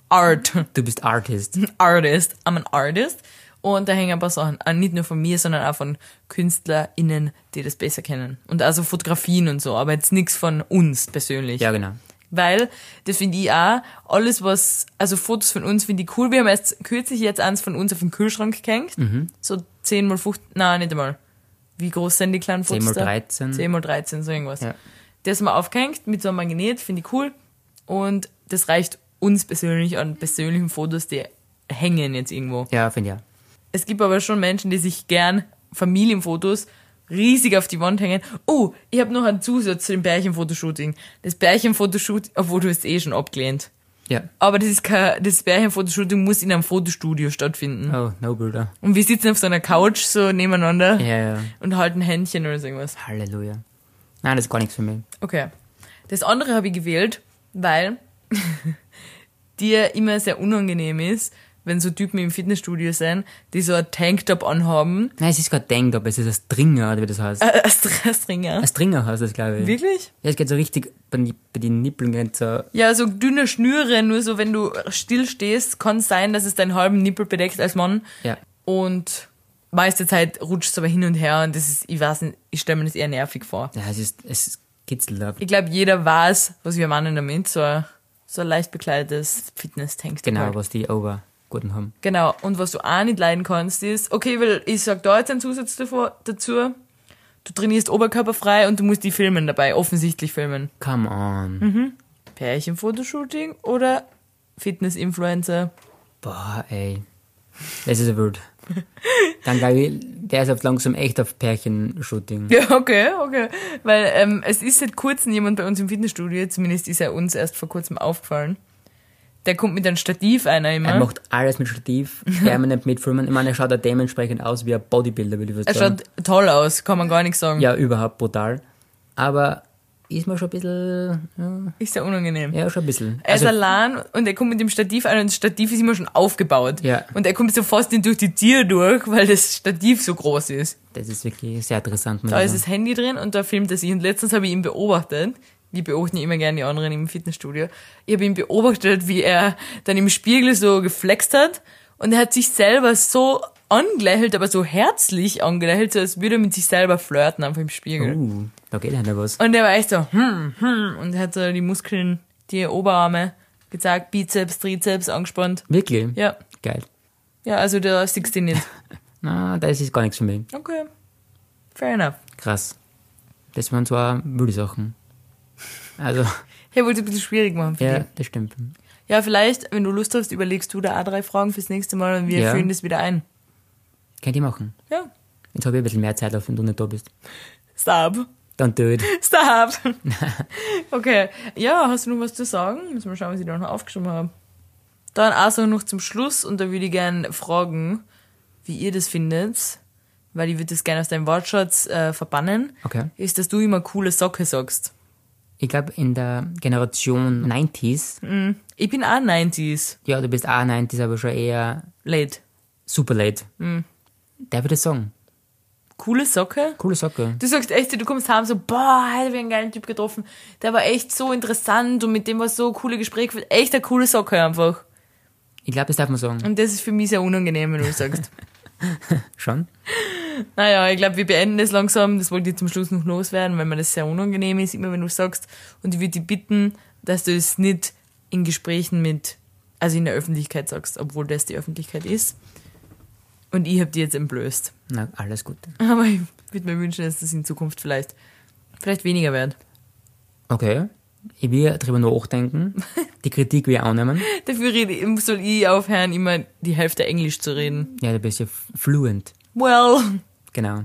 Speaker 1: Art.
Speaker 2: Du bist Artist.
Speaker 1: Artist. I'm an artist. Und da hängen ein paar Sachen an, nicht nur von mir, sondern auch von KünstlerInnen, die das besser kennen. Und also Fotografien und so, aber jetzt nichts von uns persönlich.
Speaker 2: Ja, genau.
Speaker 1: Weil, das finde ich auch, alles was, also Fotos von uns finde ich cool. Wir haben erst kürzlich jetzt eins von uns auf den Kühlschrank gehängt. So 10 mal 15, nein, nicht einmal. Wie groß sind die kleinen Fotos
Speaker 2: 10 mal
Speaker 1: da?
Speaker 2: 13.
Speaker 1: 10 mal 13, so irgendwas.
Speaker 2: Ja.
Speaker 1: Das haben wir aufgehängt, mit so einem Magnet, finde ich cool. Und das reicht uns persönlich an persönlichen Fotos, die hängen jetzt irgendwo.
Speaker 2: Ja, finde ich ja.
Speaker 1: Es gibt aber schon Menschen, die sich gern Familienfotos riesig auf die Wand hängen. Oh, ich habe noch einen Zusatz zu dem Bärchenfotoshooting. Das Bärchenfotoshooting, obwohl du es eh schon abgelehnt.
Speaker 2: Ja.
Speaker 1: Aber das ist kein, das Bärchenfotoshooting muss in einem Fotostudio stattfinden.
Speaker 2: Oh, no Builder.
Speaker 1: Und wir sitzen auf so einer Couch so nebeneinander
Speaker 2: Ja, ja.
Speaker 1: und halten Händchen oder so irgendwas.
Speaker 2: Halleluja. Nein, das ist gar nichts für mich.
Speaker 1: Okay. Das andere habe ich gewählt, weil dir immer sehr unangenehm ist, wenn so Typen im Fitnessstudio sind, die so ein Tanktop anhaben.
Speaker 2: Nein, es ist kein Tanktop, es ist ein Stringer, oder wie das heißt.
Speaker 1: Äh, ein Stressringer.
Speaker 2: Ein Stringer heißt das, glaube ich.
Speaker 1: Wirklich?
Speaker 2: Ja, es geht so richtig bei, den- bei den Nippeln ganz so.
Speaker 1: Ja, so dünne Schnüre, nur so wenn du still stehst, kann es sein, dass es deinen halben Nippel bedeckt als Mann.
Speaker 2: Ja.
Speaker 1: Und meiste Zeit rutscht es aber hin und her und das ist, ich weiß nicht, ich stelle mir das eher nervig vor.
Speaker 2: Ja, es ist, es kitzelt ab.
Speaker 1: Ich glaube, jeder weiß, was wir meinen damit, so ein, so ein leicht bekleidetes Fitness-Tank.
Speaker 2: Genau, was die Obergurten haben.
Speaker 1: Genau, und was du auch nicht leiden kannst, ist, okay, weil ich sag da jetzt einen Zusatz davor, dazu, du trainierst oberkörperfrei und du musst die filmen dabei, offensichtlich filmen.
Speaker 2: Come on.
Speaker 1: Mhm. Pärchen-Fotoshooting oder Fitness-Influencer?
Speaker 2: Boah, ey. Das ist ein Wort. Dann glaube ich, der ist auf langsam echt auf Pärchenshooting.
Speaker 1: Ja, okay, okay. Weil ähm, es ist seit kurzem jemand bei uns im Fitnessstudio, zumindest ist er uns erst vor kurzem aufgefallen. Der kommt mit einem Stativ einer immer.
Speaker 2: Er macht alles mit Stativ, permanent mitfilmen. Ich meine, er schaut auch dementsprechend aus wie ein Bodybuilder, würde ich fast
Speaker 1: er
Speaker 2: sagen.
Speaker 1: schaut toll aus, kann man gar nichts sagen.
Speaker 2: Ja, überhaupt brutal. Aber ist mir schon ein bisschen. Ja,
Speaker 1: Ist ja unangenehm.
Speaker 2: ja schon ein bisschen.
Speaker 1: Er ist
Speaker 2: Also,
Speaker 1: allein und er kommt mit dem Stativ an und das Stativ ist immer schon aufgebaut.
Speaker 2: Ja.
Speaker 1: Und er kommt so fast nicht durch die Tür durch, weil das Stativ so groß ist.
Speaker 2: das ist wirklich sehr interessant. muss
Speaker 1: Da
Speaker 2: ich
Speaker 1: ist
Speaker 2: sagen.
Speaker 1: das Handy drin und da filmt er sich. Und letztens habe ich ihn beobachtet. Die beobachten ja immer gerne die anderen im Fitnessstudio. Ich habe ihn beobachtet, wie er dann im Spiegel so geflext hat. Und er hat sich selber so angelächelt, aber so herzlich angelächelt, so als würde er mit sich selber flirten einfach im Spiegel.
Speaker 2: Uh, da geht einer was.
Speaker 1: Und er war echt so, hm, hm. Und er hat so die Muskeln, die Oberarme gezeigt, Bizeps, Trizeps angespannt.
Speaker 2: Wirklich?
Speaker 1: Ja,
Speaker 2: Geil.
Speaker 1: ja, also da siehst du ihn nicht.
Speaker 2: Na, das ist gar nichts für mich.
Speaker 1: Okay. Fair enough.
Speaker 2: Krass. Das waren zwar müde Sachen. Also,
Speaker 1: Ich wollte es ein bisschen schwierig machen für
Speaker 2: ja,
Speaker 1: dich.
Speaker 2: das stimmt.
Speaker 1: Ja, vielleicht, wenn du Lust hast, überlegst du da auch drei Fragen fürs nächste Mal und wir
Speaker 2: Ja.
Speaker 1: führen das wieder ein.
Speaker 2: Könnt ihr machen.
Speaker 1: Ja.
Speaker 2: Jetzt habe ich ein bisschen mehr Zeit, auf wenn du nicht da bist.
Speaker 1: Stop.
Speaker 2: Dann do it.
Speaker 1: Stop. okay. Ja, hast du noch was zu sagen? Müssen wir schauen, was ich da noch aufgeschrieben habe. Dann also noch zum Schluss und da würde ich gerne fragen, wie ihr das findet, weil ich würde das gerne aus deinem Wortschatz äh, verbannen,
Speaker 2: Okay.
Speaker 1: ist, dass du immer coole Socke sagst.
Speaker 2: Ich glaube, in der Generation 90s,
Speaker 1: Ich bin auch 90s.
Speaker 2: ja, du bist auch 90s, aber schon eher
Speaker 1: Late.
Speaker 2: super late. Der würde sagen,
Speaker 1: Coole Socke?
Speaker 2: coole Socke.
Speaker 1: Du sagst echt, du kommst heim so, boah, heute hab ich einen geilen Typ getroffen. Der war echt so interessant und mit dem war so coole Gespräche. geführt. Echt ein cooler Socke einfach.
Speaker 2: Ich glaube, das darf man sagen.
Speaker 1: Und das ist für mich sehr unangenehm, wenn du das sagst.
Speaker 2: Schon?
Speaker 1: naja, ich glaube, wir beenden das langsam. Das wollte ich zum Schluss noch loswerden, weil mir das sehr unangenehm ist, immer wenn du es sagst. Und ich würde dich bitten, dass du es nicht in Gesprächen mit, also in der Öffentlichkeit sagst, obwohl das die Öffentlichkeit ist. Und ich hab die jetzt entblößt.
Speaker 2: Na, alles gut.
Speaker 1: Aber ich würde mir wünschen, dass das in Zukunft vielleicht, vielleicht weniger wird.
Speaker 2: Okay. Ich will drüber nachdenken. Die Kritik will ich annehmen.
Speaker 1: Dafür rede, soll ich aufhören, immer die Hälfte Englisch zu reden.
Speaker 2: Ja, du bist ja fluent.
Speaker 1: Well.
Speaker 2: Genau.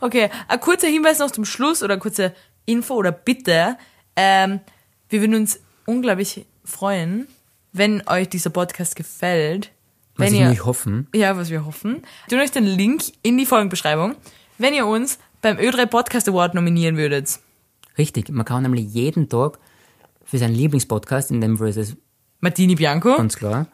Speaker 1: Okay, ein kurzer Hinweis noch zum Schluss oder eine kurze Info oder Bitte. Ähm, wir würden uns unglaublich freuen, wenn euch dieser Podcast gefällt.
Speaker 2: Was
Speaker 1: Wenn
Speaker 2: ich
Speaker 1: ihr,
Speaker 2: nicht hoffen.
Speaker 1: ja, was wir hoffen. Tun euch den Link in die Folgenbeschreibung, wenn ihr uns beim Ö3 Podcast Award nominieren würdet.
Speaker 2: Richtig, man kann nämlich jeden Tag für seinen Lieblingspodcast, in dem Fall ist es
Speaker 1: Martini Bianco
Speaker 2: ganz klar,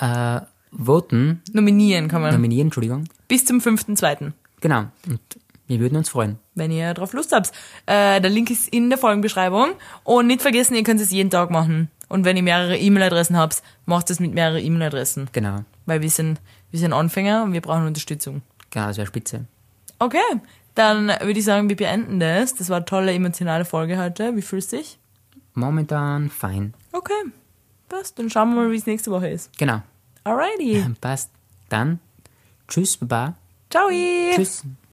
Speaker 2: äh, voten,
Speaker 1: nominieren kann man.
Speaker 2: nominieren, Entschuldigung.
Speaker 1: Bis zum 5.2.
Speaker 2: Genau. Und wir würden uns freuen.
Speaker 1: wenn ihr drauf Lust habt. Äh, der Link ist in der Folgenbeschreibung. Und nicht vergessen, ihr könnt es jeden Tag machen. Und wenn ihr mehrere E-Mail-Adressen habt, macht es mit mehreren E-Mail-Adressen.
Speaker 2: Genau.
Speaker 1: Weil wir sind, wir sind Anfänger und wir brauchen Unterstützung.
Speaker 2: Genau, das wäre spitze.
Speaker 1: Okay, dann würde ich sagen, wir beenden das. Das war eine tolle emotionale Folge heute. Wie fühlst du dich?
Speaker 2: Momentan fein.
Speaker 1: Okay, passt. Dann schauen wir mal, wie es nächste Woche ist.
Speaker 2: Genau.
Speaker 1: Alrighty.
Speaker 2: Passt. Dann. Tschüss, Baba.
Speaker 1: Ciao.
Speaker 2: Tschüss.